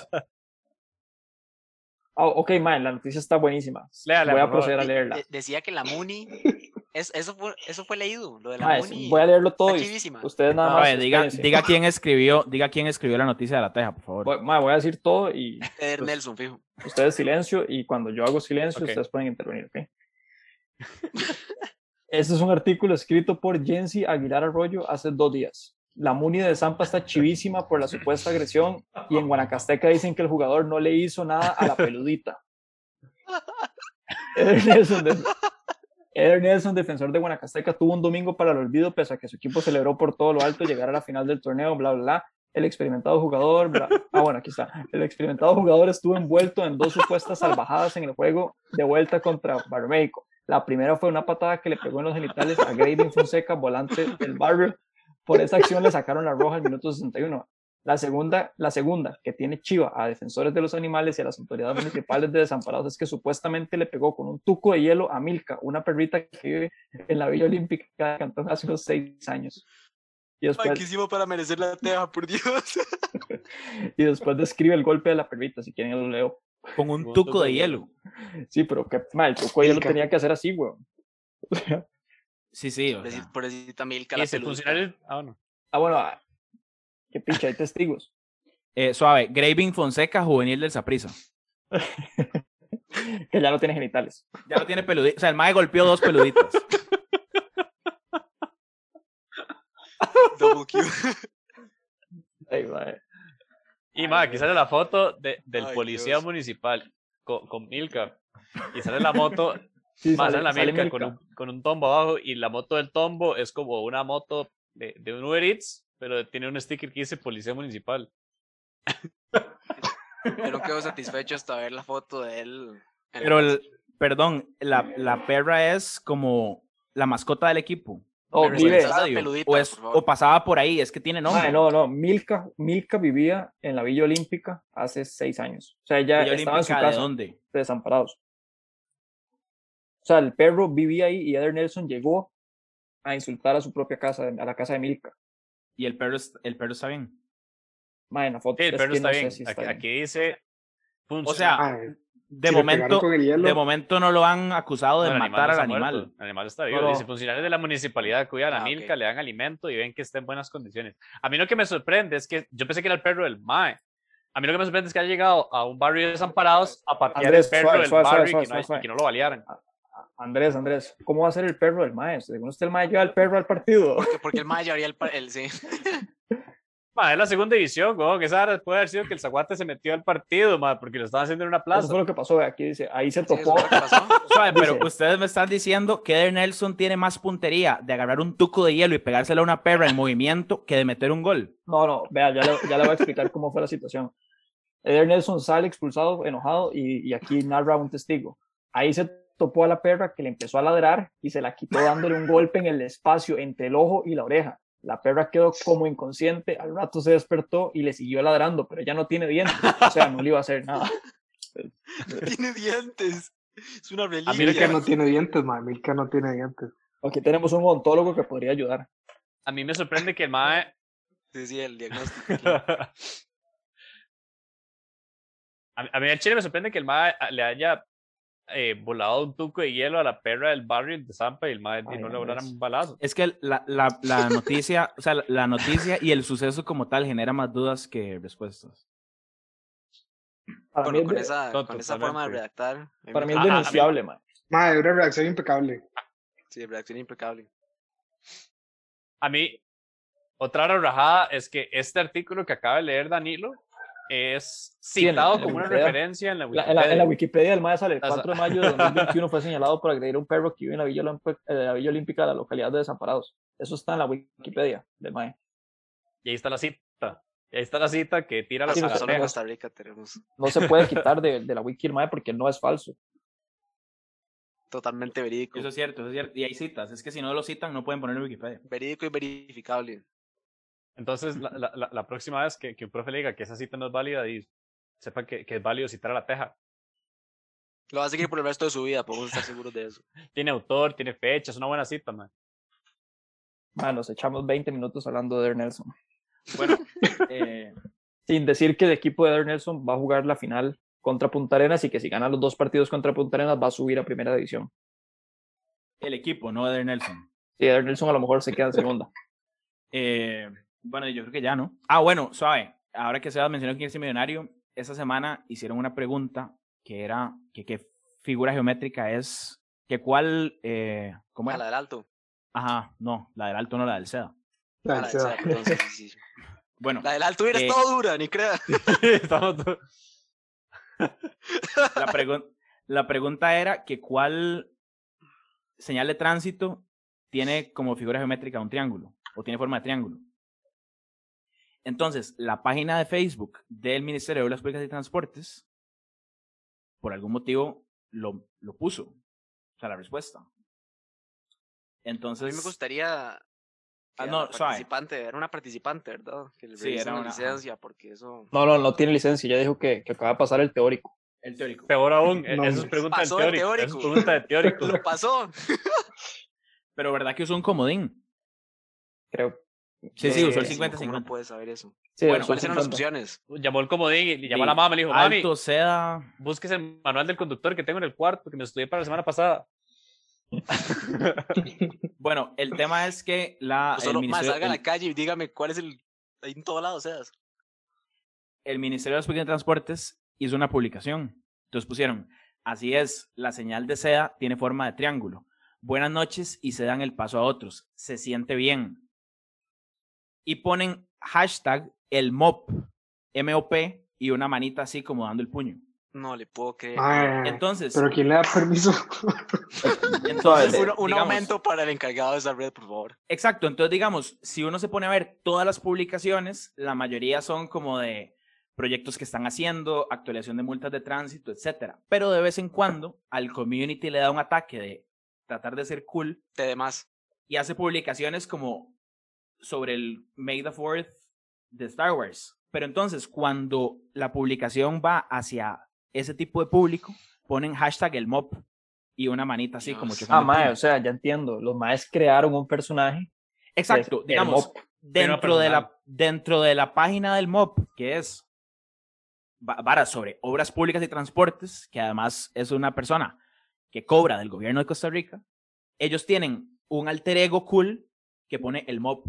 Ah, ok, mae, la noticia está buenísima.
Léala,
voy a
por favor.
proceder a
De-
leerla.
de- decía que la Muni. es- eso, fue, eso fue leído, lo de la
Mae,
Muni.
voy a leerlo todo. y
chivísima.
ustedes nada
A
más.
ver, diga,
espérense.
diga quién escribió, diga quién escribió la noticia de la teja, por favor.
Voy, mae, voy a decir todo y
Eder
pues-
Nelson, fijo.
ustedes silencio y cuando yo hago silencio
Ok.
ustedes pueden intervenir, ¿ok? este es un artículo escrito por Jensi Aguilar Arroyo hace dos días. La Muni de Zampa está chivísima por la supuesta agresión y en Guanacasteca dicen que el jugador no le hizo nada a la peludita. Eder Nelson, de- Eder Nelson, defensor de Guanacasteca, tuvo un domingo para el olvido pese a que su equipo celebró por todo lo alto llegar a la final del torneo, bla, bla, bla el experimentado jugador, bla- ah bueno, aquí está, el experimentado jugador estuvo envuelto en dos supuestas salvajadas en el juego de vuelta contra Barmeico. La primera fue una patada que le pegó en los genitales a Graydon Fonseca, volante del barrio. Por esa acción le sacaron la roja al minuto 61. La segunda, la segunda, que tiene Chiva a defensores de los animales y a las autoridades municipales de desamparados, es que supuestamente le pegó con un tuco de hielo a Milka, una perrita que vive en la Villa Olímpica de Cantón hace unos seis años. Y después,
hicimos para merecer la teja, por Dios.
y después describe el golpe de la perrita, si quieren yo lo leo.
Con un tuco de hielo.
Sí, pero qué mal, el tuco ya lo
Milka.
tenía que hacer así, weón. O sea,
Sí, sí. o
Por decir,
sea.
por decir también el
Y ese
calapeludo.
funcionario. Ah, bueno.
ah, bueno, ah, qué picha, hay testigos.
Eh, suave, Graving Fonseca, juvenil del Saprisa.
Que ya no tiene genitales.
Ya no tiene peluditas. O sea, el mae golpeó dos peluditas.
Double Q.
Ay, madre.
Y más, aquí sale la foto de- del
Ay,
policía
Dios.
municipal con, con Milka. Y sale la moto,
Sí,
más
sale-
sale la
sale
Milka,
Milka.
Con, un, con un tombo abajo. Y la moto del tombo es como una moto de, de un Uber Eats, pero tiene un sticker que dice policía municipal.
Yo no quedo satisfecho hasta ver la foto de él. en
Pero,
la-
el- perdón, la, la perra es como la mascota del equipo.
No,
Oh,
Pero
vive-
esa-
Estadio.
peludita,
o, es-
por favor.
o pasaba por ahí, es que tiene nombre.
Madre, no, no, Milka, Milka vivía en la Villa Olímpica hace seis años. O sea, ella
Villa
eh, estaba en su
Olímpica, ¿de
casa de,
dónde?
desamparados. O sea, el perro vivía ahí y Eder Nelson llegó a insultar a su propia casa, a la casa de Milka.
Y el perro, es- el perro está bien.
Madre, en la foto.
Sí,
es
pero
que
está,
no sé
bien.
si
aquí,
está bien.
aquí dice.
Ah,
O sea,
Ay,
De,
si le pegaron
momento,
con el hielo.
de momento no lo han acusado de
No, el animal
matar
no
al
está muerto,
animal.
El animal está vivo.
No, no.
Dice, funcionarios de la municipalidad cuidan
Ah,
a
ok.
Milka, le dan alimento y ven que está en buenas condiciones. A mí lo que me sorprende es que yo pensé que era el perro del MAE. A mí lo que me sorprende es que haya llegado a un barrio de desamparados a patear
Andrés,
el perro
suave,
del
suave, suave,
barrio y
suave,
que no hay-
suave.
y que no lo balearan.
Andrés, Andrés, ¿cómo va a ser el perro del maestro? Según usted, el maestro lleva el perro al partido.
Porque- Porque el mayor haría el, pa- el sí.
Ma, es la segunda división, weón. Esa hora puede haber sido que el Zaguate se metió al partido, ma, porque lo estaban haciendo en una
Eso
plaza.
fue lo que pasó. Aquí dice, ahí se
Sí, eso
topó.
fue lo que pasó.
Suave, pero
Dice-
ustedes me están diciendo que Eder Nelson tiene más puntería de agarrar un tuco de hielo y pegárselo a una perra en movimiento que de meter un gol.
No, no, vea, ya le, ya le voy a explicar cómo fue la situación. Eder Nelson sale expulsado, enojado, y, y aquí narra un testigo. Ahí se topó a la perra que le empezó a ladrar y se la quitó dándole un golpe en el espacio entre el ojo y la oreja. La perra quedó como inconsciente, al rato se despertó y le siguió ladrando, pero ya no tiene dientes, o sea, no le iba a hacer nada.
Tiene dientes. Es una reliquia.
mí lo que
Milka no tiene dientes, madre. Milka no tiene dientes.
Aquí tenemos un odontólogo que podría ayudar.
A mí me sorprende que el MAE.
Sí, sí, el diagnóstico. aquí.
a, a mí en Chile me sorprende que el MAE a- le haya eh, volado un tuco de hielo a la perra del barrio de Zampa y el MAE
Ay, pues.
no le
Andrés.
volaran un balazo.
Es que la, la- la noticia, o sea, la, la noticia y el suceso como tal genera más dudas que respuestas.
Para
Bueno,
mí es
con
de-
esa,
tonto,
con esa forma de
totalmente.
redactar. a
para
me
Ajá, a mí-
mí es
encanta.
denunciable, man.
Madre, una reacción impecable.
Sí, redacción impecable.
A mí, otra rajada es que este artículo que acaba de leer Danilo es
Sí, en la-
citado
en la
como una
Wikipedia.
referencia en la
La-
Wikipedia.
en, la, en la Wikipedia del MAE sale el
O sea-
4 de mayo de 2021 fue señalado por agredir a un perro que vive en la Villa, Olímpica, la Villa Olímpica de la localidad de Desamparados. Eso está en la Wikipedia del MAE.
Y ahí está la cita. Y ahí está la cita que tira la
Así
sí,
no,
no,
solo en
pendeja.
Costa Rica tenemos
No se puede quitar de, de la wiki del MAE porque no es falso.
totalmente verídico.
Eso es cierto, eso es cierto. Y hay citas. Es que si no lo citan, no pueden poner en Wikipedia.
Verídico y verificable.
Entonces, la, la- la- la próxima vez que, que un profe le diga que esa cita no es válida y sepa que, que es válido citar a la teja.
Lo va a seguir por el resto de su vida, podemos estar seguros de eso.
Tiene autor, tiene fecha, es una buena cita, man.
Mae, nos echamos 20 minutos hablando de Eder Nelson.
Bueno, eh,
Sin decir que el equipo de Eder Nelson va a jugar la final contra Punta Arenas y que si gana los dos partidos contra Punta Arenas va a subir a primera división.
el equipo, no Eder Nelson.
Si Eder Nelson a lo mejor se queda en segunda.
Eh, bueno, yo creo que ya, ¿no? Ah, bueno, suave. Ahora que Sebas mencionó quién es el millonario, esa semana hicieron una pregunta que era que qué figura geométrica es, que cuál, eh, ¿cómo
A
era?
la del alto.
Ajá, no, la del alto, no la del seda.
A la
Ay,
del
se va.
Seba, perdón, sí, sí, sí.
Bueno,
La del alto hubiera
Eh,
estado dura, ni crea.
Estamos todos-
la, pregun- la pregunta era que cuál señal de tránsito tiene como figura geométrica un triángulo o tiene forma de triángulo. Entonces, la página de Facebook del Ministerio de Obras Públicas y Transportes, por algún motivo, lo, lo puso. O sea, la respuesta.
A
Entonces,
mí me gustaría
Ah,
que a
no,
la
suave.
participante, era una participante, ¿verdad? Que le
Sí,
revisen
era
la
una, ajá.
licencia, porque eso
No, no, no tiene licencia. Ya dijo que, que acaba de pasar el teórico.
el teórico.
Peor aún, e-,
No,
eso es
hombre.
pregunta del
Pasó el
teórico. Eso es
teórico.
pregunta de teórico.
lo pasó.
Pero ¿verdad que usó un comodín?
Creo.
Sí, sí,
Eh,
usó el
Buenísimo, ¿cómo no
50-50.
puedes saber eso?
Sí,
Bueno,
eso
¿Cuáles
es un
eran las
tanto.
opciones?
Llamó el comodín y le llamó a la
Di,
mamá, le dijo, mami,
Alto, seda.
busques el manual del conductor que tengo en el cuarto que me estudié para la semana pasada.
Bueno, el tema es que la... Ah,
O
el
Pues solo más
Ministerio-
salga a
el-
la calle y dígame cuál es el. Ahí en todo lado, o sea.
el Ministerio de los Pequeños Transportes hizo una publicación. Entonces pusieron, así es, la señal de seda tiene forma de triángulo. Buenas noches y se dan el paso a otros. Se siente bien. Y ponen hashtag el MOP, M-O-P, y una manita así como dando el puño.
No le puedo creer.
Ah,
Mae,
Entonces,
Ah, Pero ¿quién le da permiso?
entonces,
un un
digamos,
aumento para el encargado de esa red, por favor.
Exacto, entonces digamos, si uno se pone a ver todas las publicaciones, la mayoría son como de proyectos que están haciendo, actualización de multas de tránsito, etcétera. Pero de vez en cuando al community le da un ataque de tratar de ser cool
Te demás.
y hace publicaciones como sobre el May the Fourth de Star Wars. Pero entonces cuando la publicación va hacia ese tipo de público, ponen hashtag el mop y una manita así como
Dios.
chocando
Ah,
el
mae,
puño.
o sea, ya entiendo. Los maes crearon un personaje.
Exacto,
el
digamos,
mop.
Pero
dentro de,
personal.
la, dentro de la página del MOP, que es va- vara sobre obras públicas y transportes, que además es una persona que cobra del gobierno de Costa Rica, ellos tienen un alter ego cool que pone el MOP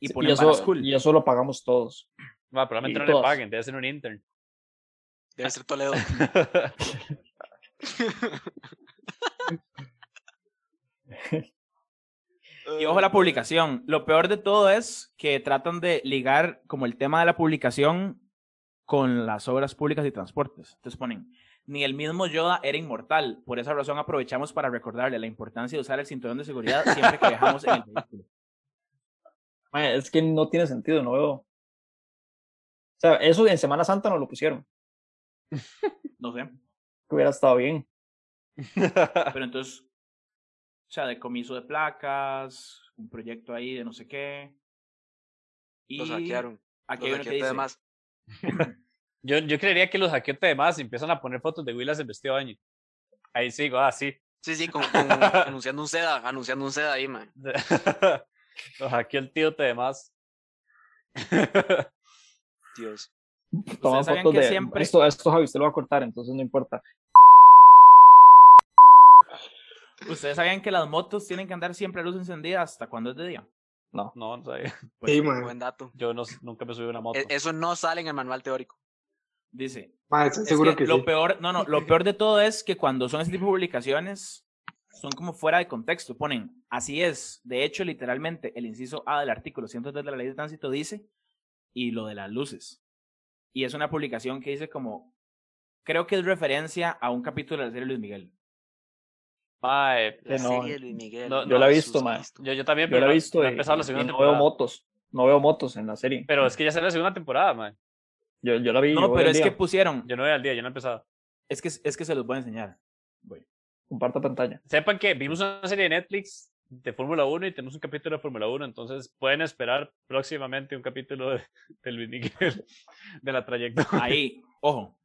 y
Sí,
pone
y
varas
eso,
cool.
y eso lo pagamos todos.
Va, probablemente
Y
no le
todas.
paguen, debe ser un intern.
Debe ser Toledo.
Y ojo a la publicación. Lo peor de todo es que tratan de ligar como el tema de la publicación con las obras públicas y transportes. Entonces ponen, ni el mismo Yoda era inmortal. Por esa razón aprovechamos para recordarle la importancia de usar el cinturón de seguridad siempre que viajamos en el vehículo.
Mae, es que no tiene sentido, no veo. O sea, eso en Semana Santa no lo pusieron.
No sé.
Que hubiera estado bien.
Pero entonces, o sea, decomiso de placas, un proyecto ahí de no sé qué. Y
Lo saquearon.
Aquí
Lo
hay uno que
saqueaste de
dice,
más.
Yo, yo creería que los hackeos de demás empiezan a poner fotos de Willas en vestido de baño. Ahí sigo, ah, sí.
Sí, sí, con, con- anunciando un seda, anunciando un seda ahí, man.
los hackeó el tío de demás.
Dios.
Toman
sabían
fotos
que
de.
siempre-
Esto, esto Javi, usted lo va a cortar, entonces no importa.
¿ustedes sabían que las motos tienen que andar siempre a luz encendida hasta cuando es de día?
No, no sabía.
Sí, mae.
Buen dato.
Yo no, nunca me subí a una moto.
E- Eso no sale en el manual teórico.
Dice,
Mae, estoy
Es
seguro
que
que,
lo
sí.
peor, no, no, lo peor de todo es que cuando son ese tipo de publicaciones, son como fuera de contexto. Ponen, así es. De hecho, literalmente, el inciso A del artículo 103 de la ley de tránsito dice, y lo de las luces. Y es una publicación que dice como, creo que es referencia a un capítulo de la serie Luis Miguel.
Mae,
La
no,
serie de Luis Miguel.
no,
yo la he visto,
Jesús
mae.
Cristo.
yo, yo también,
Yo
pero
la he
no-
visto
no he
y,
empezado la
y
segunda
no veo
temporada.
motos. No veo motos en la serie.
Pero es que ya sale la segunda temporada, mae.
Yo, yo la vi.
No,
hoy
pero es
en día.
que pusieron,
Yo no voy al día, yo no he empezado.
es que, es que se los voy a enseñar.
Comparta pantalla.
Sepan que vimos una serie de Netflix de Fórmula 1 y tenemos un capítulo de Fórmula 1, entonces pueden esperar próximamente un capítulo de, de Luis Miguel, de la trayectoria.
Ahí, ojo,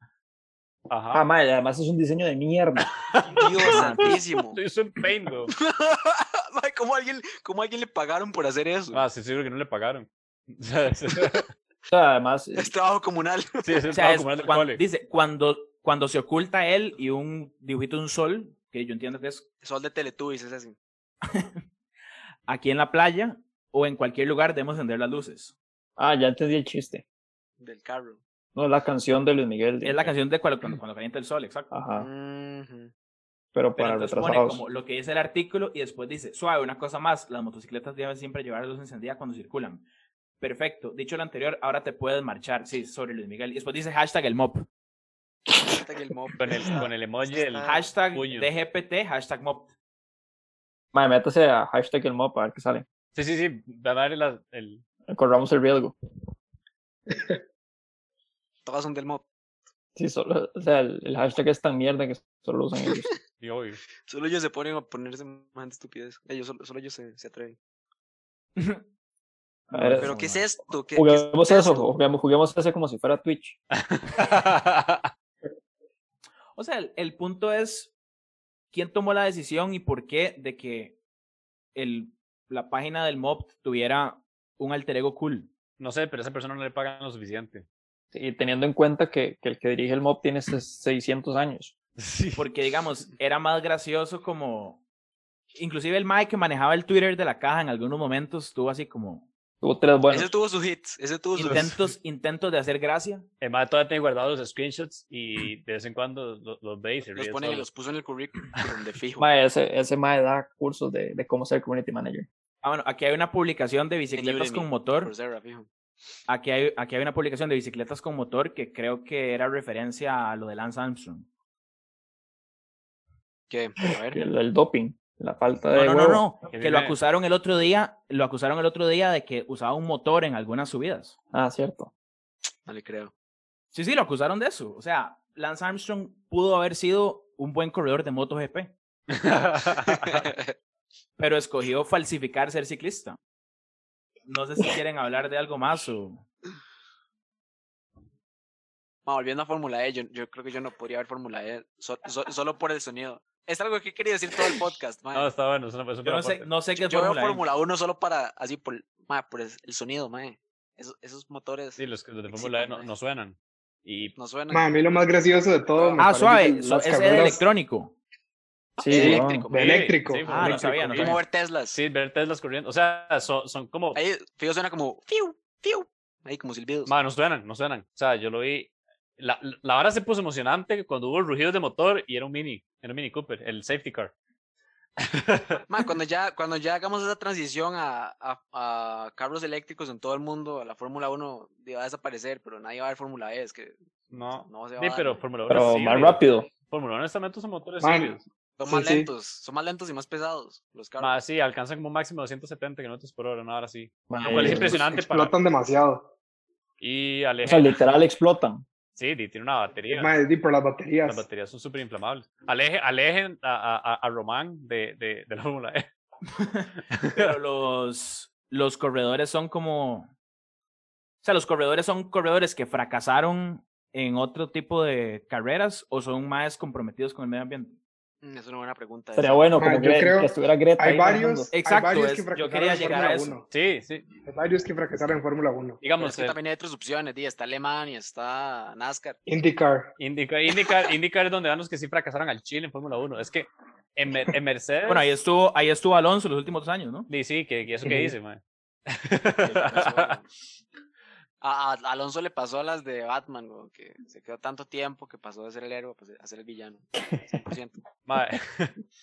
Ajá.
Ah, mae, además es un diseño de mierda.
Dios santísimo.
Lo hizo en Paint, weón.
Mae, ¿cómo, alguien, ¿Cómo alguien le pagaron por hacer eso?
Ah, sí, seguro que no le pagaron. O sea, es-
O sea, además,
Es trabajo comunal.
sí, es el
O sea,
trabajo
es
como era del
cuan-
cole.
dice, cuando, cuando se oculta él y un dibujito de un sol, que yo entiendo que es
Sol de Teletubbies, es así.
aquí en la playa o en cualquier lugar debemos encender las luces.
ah, ya entendí el chiste.
Del carro.
No, la canción de Luis Miguel.
Es la canción de cuando, cuando, cuando calienta el sol, exacto.
Ajá,
Ujú.
Pero
pero para
entonces pone
retrasados.
como lo que dice el artículo y después dice, suave, una cosa más, las motocicletas deben siempre llevar la luz encendida cuando circulan. Perfecto, dicho lo anterior, ahora te puedes marchar, sí, sobre Luis Miguel. Y después dice hashtag el mop.
Hashtag el mop.
Con el, con el emoji del
Ah.
Hashtag
Puño.
DGPT, hashtag mop.
Mae, métase a hashtag el mapa a ver qué sale.
Sí, sí, sí. Va a dar el, el-
Corramos el riesgo.
Todas son del mop.
Sí, solo, o sea, el, el hashtag es tan mierda que solo lo usan ellos.
y obvio.
Solo ellos se ponen a ponerse más de estupidez. Ellos, solo, solo ellos se, se atreven.
A ver,
¿Pero qué es esto? ¿Qué, qué es
juguemos eso,
esto?
juguemos, juguemos eso como si fuera Twitch.
O sea, el, el punto es quién tomó la decisión y por qué de que el, la página del mob tuviera un alter ego cool.
No sé, pero a esa persona no le pagan lo suficiente.
Y teniendo en cuenta que, que el que dirige el mob tiene ses- 600 años.
Sí.
Porque, digamos, era más gracioso como... Inclusive el Mike que manejaba el Twitter de la caja en algunos momentos estuvo así como
Tuvo tres buenos.
Ese tuvo sus hits. Ese tuvo sus hits.
intentos, intentos de hacer gracia.
Además, todavía tengo guardados los screenshots y de vez en cuando los, los veis. y se
Los
ríen
pone y
solo.
los puso en el currículum de fijo.
Mae, ese, ese mae da cursos de, de cómo ser community manager.
Ah, bueno, aquí hay una publicación de bicicletas
Udemy,
con motor.
Por Serra, fijo.
Aquí hay, aquí hay una publicación de bicicletas con motor que creo que era referencia a lo de Lance Armstrong.
¿Qué? A ver.
El, el doping, la falta
No,
de.
no, no,
huevo.
no,
Que
Que lo
viene-
acusaron el otro día, lo acusaron el otro día de que usaba un motor en algunas subidas.
Ah, cierto.
No le creo.
Sí, sí, lo acusaron de eso. O sea, Lance Armstrong pudo haber sido un buen corredor de MotoGP, pero escogió falsificar ser ciclista. No sé si quieren hablar de algo más o...
Ma, volviendo a Fórmula E, yo, yo creo que yo no podría ver Fórmula E so- so- solo por el sonido. Es algo que he querido decir todo el podcast, ma.
no, está bueno. Es una, es un
Yo no
buen
sé,
aporte.
no sé qué es
yo veo
Fórmula E.
Fórmula 1 solo para, así, por, ma, por el, el sonido, ma. Esos, esos motores
Sí, los, que- los de
Excitan,
Fórmula E no,
mae.
no suenan. Y
no suenan.
Ma, a mí lo más gracioso de todo. me
Ah,
parece
suave,
que
so-
las
ese es
carreras
electrónico.
Sí,
Es
weón.
eléctrico.
de
Sí,
eléctrico.
sí,
Ah, no sabía, no
Es como ver Teslas.
sí, ver Teslas corriendo. O sea, son, son como.
Ahí, fijo, suena como, fiu, fiu. Ahí, como silbidos.
Ma, no suenan, no suenan. O sea, yo lo vi. La, la hora se puso emocionante cuando hubo rugidos de motor y era un mini, era un mini Cooper, el safety car.
Ma, cuando ya, cuando ya hagamos esa transición a, a, a carros eléctricos en todo el mundo, la Fórmula 1 va a desaparecer, pero nadie va a ver Fórmula E, es que
No.
no se va
Sí,
a dar,
pero
ma.
Fórmula 1
Pero
sí,
más
güey.
rápido.
Fórmula 1 honestamente son motores
Ma,
híbridos.
Son
Sí,
más
sí.
lentos, son más lentos y más pesados los carros.
Ma, sí, alcanzan como un máximo de 270 kilómetros por hora, ¿no? Ahora sí.
Mae,
Lo cual es
eh,
impresionante para.
Explotan demasiado.
Y
o sea,
alejen.
literal explotan.
Sí, di- tiene una batería.
Ma, es di por las
Las
baterías.
baterías son súper inflamables. Alejen, alejen a, a, a- a Román de, de, de la Fórmula E.
Pero los, los corredores son como. O sea, los corredores son corredores que fracasaron en otro tipo de carreras o son más comprometidos con el medio ambiente.
Mm, Es una buena pregunta. esa.
Sería bueno como
Mae, yo
Gre-
creo-
que estuviera Greta.
Hay
ahí manejando.
varios, hay
Exacto,
varios
es-
que
yo
fracasaron
quería
en
llegar a
Fórmula
eso.
1.
Sí, sí.
Hay varios que fracasaron en Fórmula 1.
Pero es
Digamos,
que
eh,
también hay otras opciones, di, está Alemania, está NASCAR.
IndyCar.
Indica, indicar, indicar es donde van los que sí fracasaron al Chile en Fórmula 1. Es que en, Mer- en Mercedes.
Bueno, ahí estuvo, ahí estuvo Alonso los últimos dos años, ¿no?
di, sí, que, que eso que dice, man.
Entonces, bueno, A, a Alonso le pasó a las de Batman, güey, que se quedó tanto tiempo que pasó de ser el héroe pues, a ser el villano. 100%.
Mae,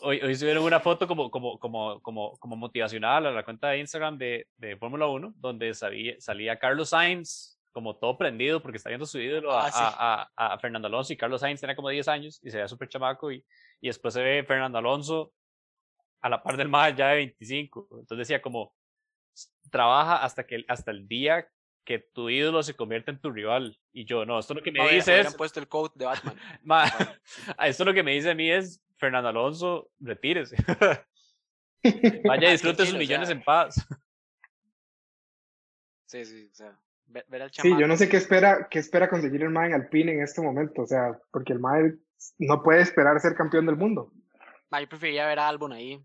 Hoy, hoy subieron una foto como, como, como, como, como motivacional a la cuenta de Instagram de, de Fórmula 1, donde sabía- salía Carlos Sainz como todo prendido porque está viendo su ídolo a,
Ah, sí.
a- a- a Fernando Alonso y Carlos Sainz tenía como 10 años y se veía súper chamaco y, y después se ve Fernando Alonso a la par del mar ya de 25. Entonces decía como, trabaja hasta, que, hasta el día que tu ídolo se convierte en tu rival. Y yo, no, esto es lo que me
Habría-
dice
hubieran
es...
puesto el coat de Batman.
Ma, esto lo que me dice a mí es, Fernando Alonso, retírese. Vaya,
qué
disfrute sus
chido, o
millones
sea.
en paz.
Sí, sí, o sea, ver, ver al
Sí,
chamaco.
yo no sé qué espera, qué espera conseguir el Mae en Alpine en este momento, o sea, porque el Mae no puede esperar ser campeón del mundo.
Ma, yo preferiría ver a Albon ahí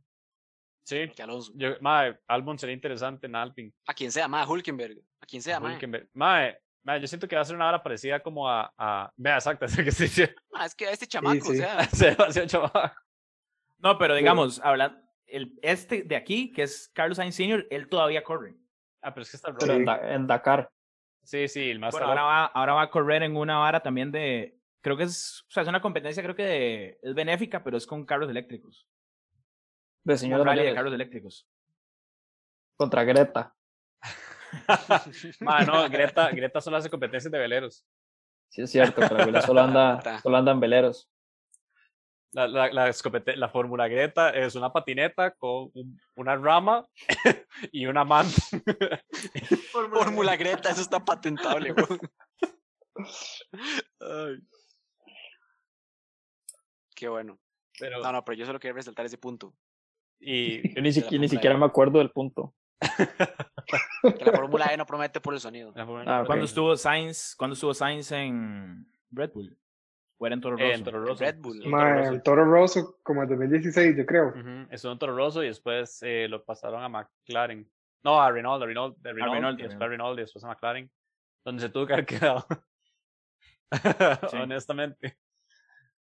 Sí,
que a Alonso.
yo, mae, Albon sería interesante en Alpine.
A quien sea, más, a Hulkenberg. A quien sea, más.
Hülkenberg. Mae, mae, yo siento que va a ser una hora parecida como a... a... Vea, exacto, es lo que estoy diciendo.
es que a este chamaco,
sí.
o sea.
Se va a hacer chaval.
No, pero
Sí.
digamos, hablando, el, este de aquí, que es Carlos Sainz Sr., él todavía corre.
Ah, pero es que está el
Pero en,
rojo.
Da- en Dakar.
Sí, sí, el más
Bueno, ahora va, ahora va a correr en una vara también de. Creo que es. O sea, es una competencia, creo que de- es benéfica, pero es con carros eléctricos.
De
Es un
señora
rally de
mayores,
carros eléctricos.
contra Greta.
Mae, no, Greta, Greta solo hace competencias de veleros.
Sí, es cierto, que la abuela solo anda,
Greta.
solo anda en veleros.
La, la, la, escopete- la fórmula Greta es una patineta con un- una rama y una manta.
Fórmula Greta, eso está patentable, weón. Ay. Qué bueno.
Pero,
No, no, pero yo solo quería resaltar ese punto.
y
Yo ni,
Se la
siquiera, ni
pongo ahí.
siquiera me acuerdo del punto.
Que la Fórmula E no promete por el sonido.
La Fórmula
Ah,
uno.
ok.
¿Cuándo estuvo Sainz? ¿Cuándo estuvo Sainz en Red Bull? ¿O era en Toro Rosso?
Eh, en Toro Rosso.
Red Bull.
Es un Toro
Mae,
Rosso.
el Toro Rosso, como el 2016, yo creo.
Ujú, Estuvo en Toro Rosso y después eh, lo pasaron a McLaren. No, a Renault, a Renault, de Renault,
Renault,
y
a
después a Renault y después a McLaren, donde se tuvo que haber quedado. Honestamente.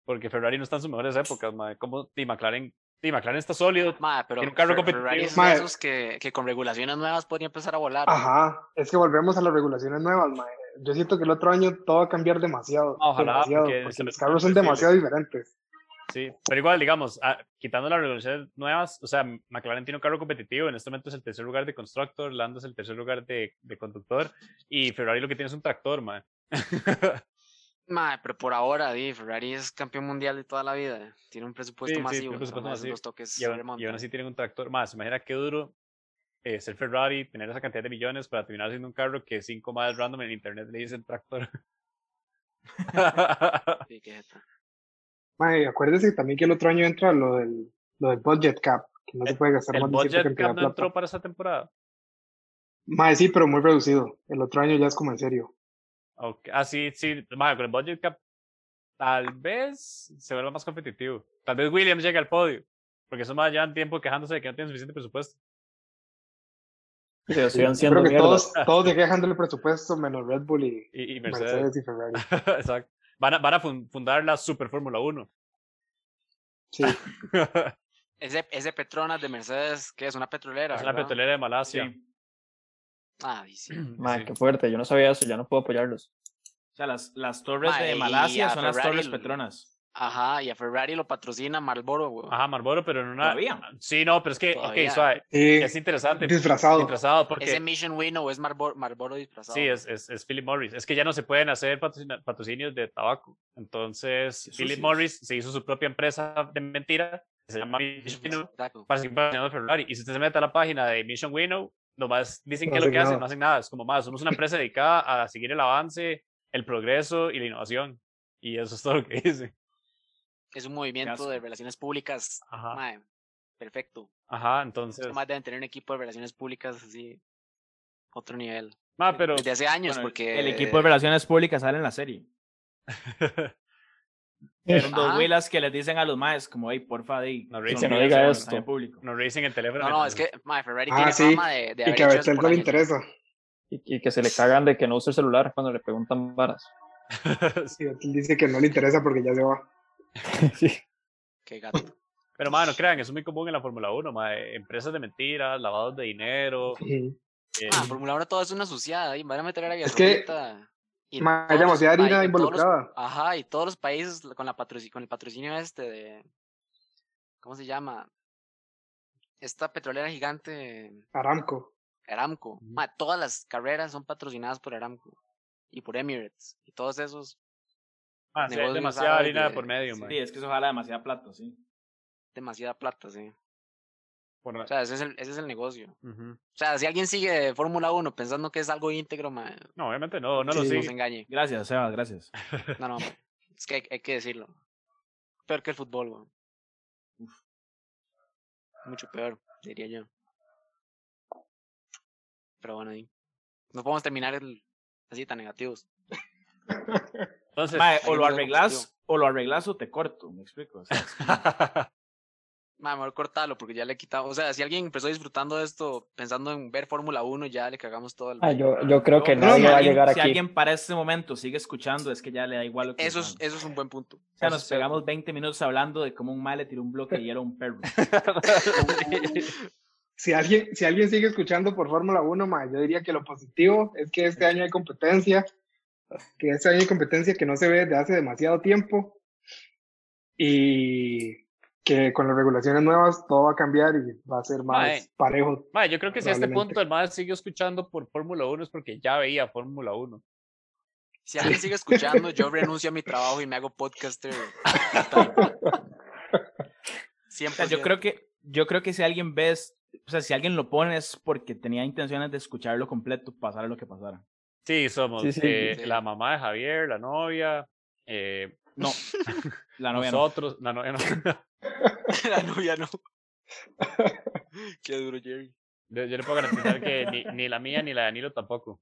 Porque Ferrari no está en sus mejores épocas, madre. ¿Cómo? Y McLaren, y McLaren está sólido.
Ma, pero
Tiene un carro
Fer-
competitivo.
Ferrari es
Ma.
de esos que, que con regulaciones nuevas podría empezar a volar.
Ah.
Ajá, es que volvemos a las regulaciones nuevas, mae. Yo siento que el otro año todo va a cambiar demasiado,
Ah, ojalá,
demasiado,
porque se
porque
lo-
los carros son demasiado diferentes.
Sí, pero igual, digamos, ah, quitando las regulaciones nuevas, o sea, McLaren tiene un carro competitivo, en este momento es el tercer lugar de constructor, Lando es el tercer lugar de, de conductor, y Ferrari lo que tiene es un tractor, man.
Ma, pero por ahora, di, Ferrari es campeón mundial de toda la vida. Tiene un presupuesto
Sí, sí,
masivo.
tiene un presupuesto
entonces
masivo.
Los toques
y, aún, y aún
remontan.
así tienen un tractor. Más, imagina qué duro eh, ser Ferrari, tener esa cantidad de millones para terminar haciendo un carro que cinco más random en internet le dicen tractor.
Sí, qué jeta.
Mae, acuérdese también que el otro año entra lo del, lo del budget cap, que no se puede gastar
el
más de cierta
budget
cantidad
cap no
de plata.
entró para esta temporada.
Mae, sí, pero muy reducido. El otro año ya es como en serio.
Ok, Ah, sí, sí, mae, con el budget cap tal vez se vuelva más competitivo. Tal vez Williams llegue al podio, porque eso más llevan tiempo quejándose de que no tienen suficiente presupuesto.
Pero siguen
Yo
siendo
creo que
mierdas.
todos, todos se quejan del presupuesto, menos Red Bull y
Y, y Mercedes.
Mercedes y Ferrari.
Exacto. Van a, van a fun- fundar la Super Fórmula 1.
Sí.
Ese, ese Petronas de Mercedes, que es una petrolera.
es la
¿verdad?
petrolera de Malasia.
Sí.
Ah, di, sí.
Man,
Sí.
qué fuerte, yo no sabía eso, ya no puedo apoyarlos.
O sea, las, las torres
Ma,
de
y
Malasia
a
son las
Ferrari
torres
el-
Petronas.
Ajá, y a Ferrari lo patrocina Marlboro, weón.
Ajá, Marlboro, pero en una.
Todavía.
Sí, no, pero es que, ok,
Todavía.
suave.
Sí,
Es interesante.
disfrazado.
Disfrazado porque.
¿Ese Mission Winnow es Marlboro, Marlboro disfrazado?
Sí, es, es, es Philip Morris. Es que ya no se pueden hacer patrocina- patrocinios de tabaco. Entonces,
Qué
Philip
sucios.
Morris se hizo su propia empresa de mentira, que se llama Mission Winnow,
Exacto.
para seguir patrocinando a Ferrari. Y si usted se mete a la página de Mission Winnow, nomás dicen
No
que es lo
hacen
que hacen,
nada.
no hacen nada. Es como más, somos una empresa dedicada a seguir el avance, el progreso y la innovación. Y eso es todo lo que dicen.
Es un movimiento
asco.
de relaciones públicas.
Ajá,
mae, perfecto.
ajá, entonces.
Además deben tener un equipo de relaciones públicas así, otro nivel.
Ah, pero.
Desde hace años,
Bueno,
porque...
El equipo de relaciones públicas sale en la serie. Son dos
Ajá.
huilas que les dicen a los maes, como, hey, porfa, di.
No, Richie,
sonríe
no
si
diga
no
esto.
está en público.
Nos revisen el teléfono.
No, no,
mientras-
es que mae, Ferrari
Ah,
tiene
sí,
fama de, de
Y
haber
que
hecho
a
eso
Betel
por
no le
años.
interesa.
Y, y que se le cagan de que no use el celular cuando le preguntan varas.
Y Betel dice que no le interesa porque ya se va.
Sí.
Qué gato.
Pero, mano, crean, eso es muy común en la Fórmula 1, mae, Empresas de mentiras, lavados de dinero.
Ujú.
eh,
Ah, Fórmula 1 todo es una suciada. Y van a meter a Arabia
Es que,
Saudita, y en
Mae, Hay
todos los
demasiada
pa-
harina
en todos los-
involucrada.
Ajá, y todos los países con, la patroci- con el patrocinio este de... ¿Cómo se llama? Esta petrolera gigante
Aramco.
Aramco. Ma, todas las carreras son patrocinadas por Aramco y por Emirates y todos esos.
Ah, sí, hay
negocios
demasiada
árabes
harina
de-
por medio,
sí,
man.
Sí, es que eso jala demasiada plata, sí.
Demasiada plata, sí.
Por-
O sea, ese es el, ese es el negocio.
Ujú.
O sea, si alguien sigue Fórmula 1 pensando que es algo íntegro, ma,
No, obviamente no, no lo
Sí.
no se
sigue.
engañe.
Gracias, Sebas, gracias.
No, no. es que hay, hay que decirlo. Peor que el fútbol, weón. Mucho peor, diría yo. Pero bueno, ahí. No podemos terminar el- así tan negativos.
Entonces,
Mae,
hay
Eh, o
un
lo
nuevo
arreglas,
objetivo.
o lo arreglas o te corto, me explico. O sea,
Ma, mejor cortarlo porque ya le quitamos. O sea, si alguien empezó disfrutando de esto pensando en ver Fórmula 1, ya le cagamos todo el.
Ah, yo, yo creo que
si
no,
nadie
no,
va a
alguien-
llegar
Si
aquí.
alguien para este momento sigue escuchando, es que ya le da igual lo que
Eso es,
digamos.
eso es un buen punto.
O sea,
Eso
nos
es cierto.
pegamos 20 minutos hablando de cómo un mae le tiró un bloque y era un perro.
Si alguien, si alguien sigue escuchando por Fórmula 1, ma, yo diría que lo positivo es que este año hay competencia, que este año hay competencia que no se ve desde hace demasiado tiempo y que con las regulaciones nuevas todo va a cambiar y va a ser más
Mae.
parejo.
Mae, yo creo que si a este
Probablemente.
punto el más siguió escuchando por Fórmula 1 es porque ya veía Fórmula 1.
Si alguien sigue escuchando, yo renuncio a mi trabajo y me hago podcaster.
O
Siempre.
sea, yo creo que, yo creo que si alguien ves, o sea, si alguien lo pone es porque tenía intenciones de escucharlo completo, pasara lo que pasara.
Sí, somos
Sí, sí,
eh,
sí.
la mamá de Javier, la novia, eh,
No, la novia Ah, no.
nosotros, la novia no.
La novia no. Qué duro, Jerry.
Yo, yo le puedo garantizar que ni, ni la mía ni la de Danilo tampoco.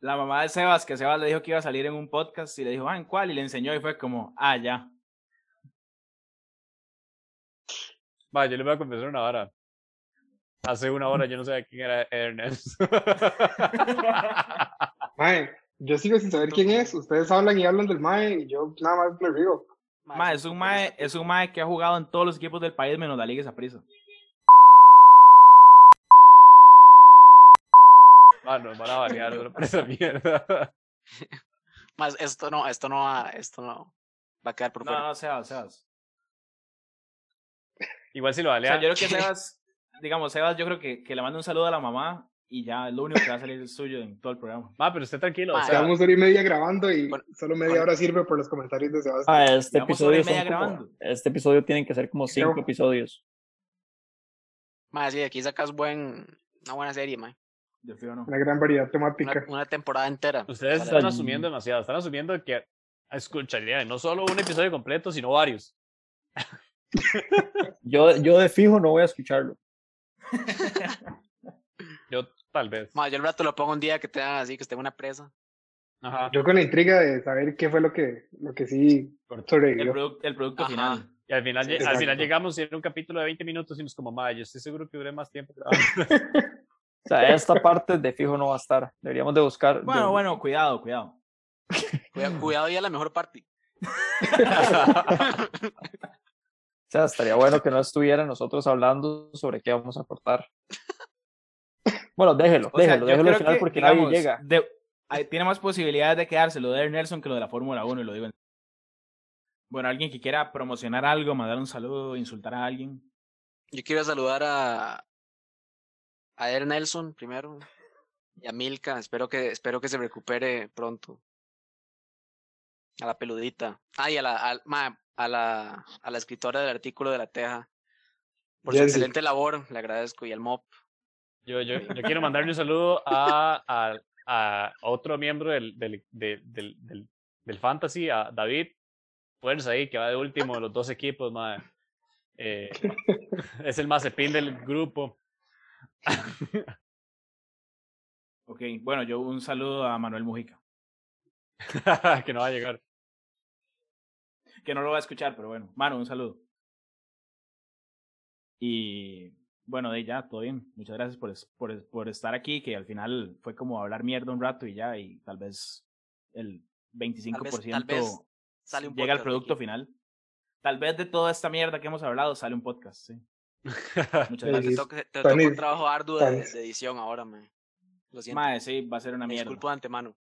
La mamá de Sebas, que Sebas le dijo que iba a salir en un podcast y le dijo, ah, ¿en cuál? Y le enseñó y fue como, ah, ya.
Mae, yo le voy a confesar una hora. Hace una hora yo no sabía quién era Ernest.
Mae, yo sigo sin saber quién es, ustedes hablan y hablan del Mae y yo nada más me río.
Mae, es un mae, eh, es un mae que ha jugado en todos los equipos del país menos la Liga Saprissa.
Mano, nos van a banear solo por esa mierda.
Más, esto no, esto no va, esto no va a quedar por
No,
fuera.
no, Sebas, Sebas.
Igual si lo
O sea,
balean.
yo creo que Sebas, digamos, Sebas, yo creo que, que le manda un saludo a la mamá y ya es lo único que va a salir el suyo en todo el programa.
Mae, pero esté tranquilo.
Mae.
o sea,
Llevamos hora y media grabando y
Bueno,
solo media
bueno.
hora sirve por los comentarios de Sebastián.
Ah, este
Llevamos hora y
episodio, son
media
como-
grabando.
este episodio tienen que ser como cinco
Creo-
episodios.
Más, sí, aquí sacas buen, una buena serie, mae.
Yo fío no.
Una gran variedad
Una,
temática.
una temporada entera.
Ustedes
Para-
están asumiendo demasiado, están asumiendo que escucharían no solo un episodio completo, sino varios.
Yo, yo de fijo no voy a escucharlo.
Yo tal vez.
Mae, yo el rato lo pongo un día que te hagan así, que esté en una presa.
Ajá.
Yo con la intriga de saber qué fue lo que, lo que sí
El,
sobrevivió.
produc- el producto
Ajá.
final.
Y al final,
Sí,
lle- al
exacto.
final llegamos y era un capítulo de 20 minutos y nos como, madre, yo estoy seguro que duré más tiempo.
Ah,
O sea, esta parte de fijo no va a estar. Deberíamos de buscar.
Bueno,
de-
bueno, cuidado, cuidado.
Cuidado, cuidado y a la mejor parte.
O sea, estaría bueno que no estuviera nosotros hablando sobre qué vamos a cortar. Bueno, déjelo,
O sea,
déjelo,
yo
déjelo al
creo
final
que,
porque
digamos,
nadie llega.
de- hay- tiene más posibilidades de quedarse lo de Nelson que lo de la Fórmula 1, y lo digo en... Bueno, alguien que quiera promocionar algo, mandar un saludo, insultar a alguien.
Yo quiero saludar a a Er Nelson primero y a Milka. Espero que espero que se recupere pronto. A la peludita. Ah, y a la al- ma, a la a la escritora del artículo de la Teja. Por su
Jensi.
excelente labor, le agradezco. Y al MOP.
Yo, yo, yo quiero mandarle un saludo a, a, a otro miembro del, del, del, del, del- del Fantasy, a David. Fuerza ahí, que va de último de los dos equipos, madre. Eh, es el más del grupo.
Ok, bueno, yo un saludo a Manuel Mujica,
que no va a llegar.
que no lo va a escuchar, pero bueno, Manu, un saludo. Y bueno, de ahí ya, todo bien. Muchas gracias por, es- por, por estar aquí, que al final fue como hablar mierda un rato y ya, y tal vez el 25%
Sale un
llega el
podcast de
producto
aquí.
final. Tal vez de toda esta mierda que hemos hablado sale un podcast, sí. Muchas
Ma,
Sí,
Te
sí.
gracias.
toca, te
Tony,
toca un trabajo arduo de,
Tony.
de edición ahora, man. Lo siento.
Mae, sí, va a ser una
me
mierda.
disculpo de antemano.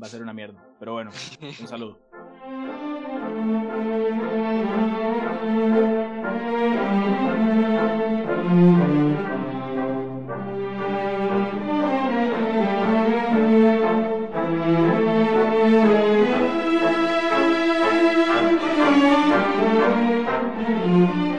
Va a ser una mierda. Pero bueno, un saludo.
Chao.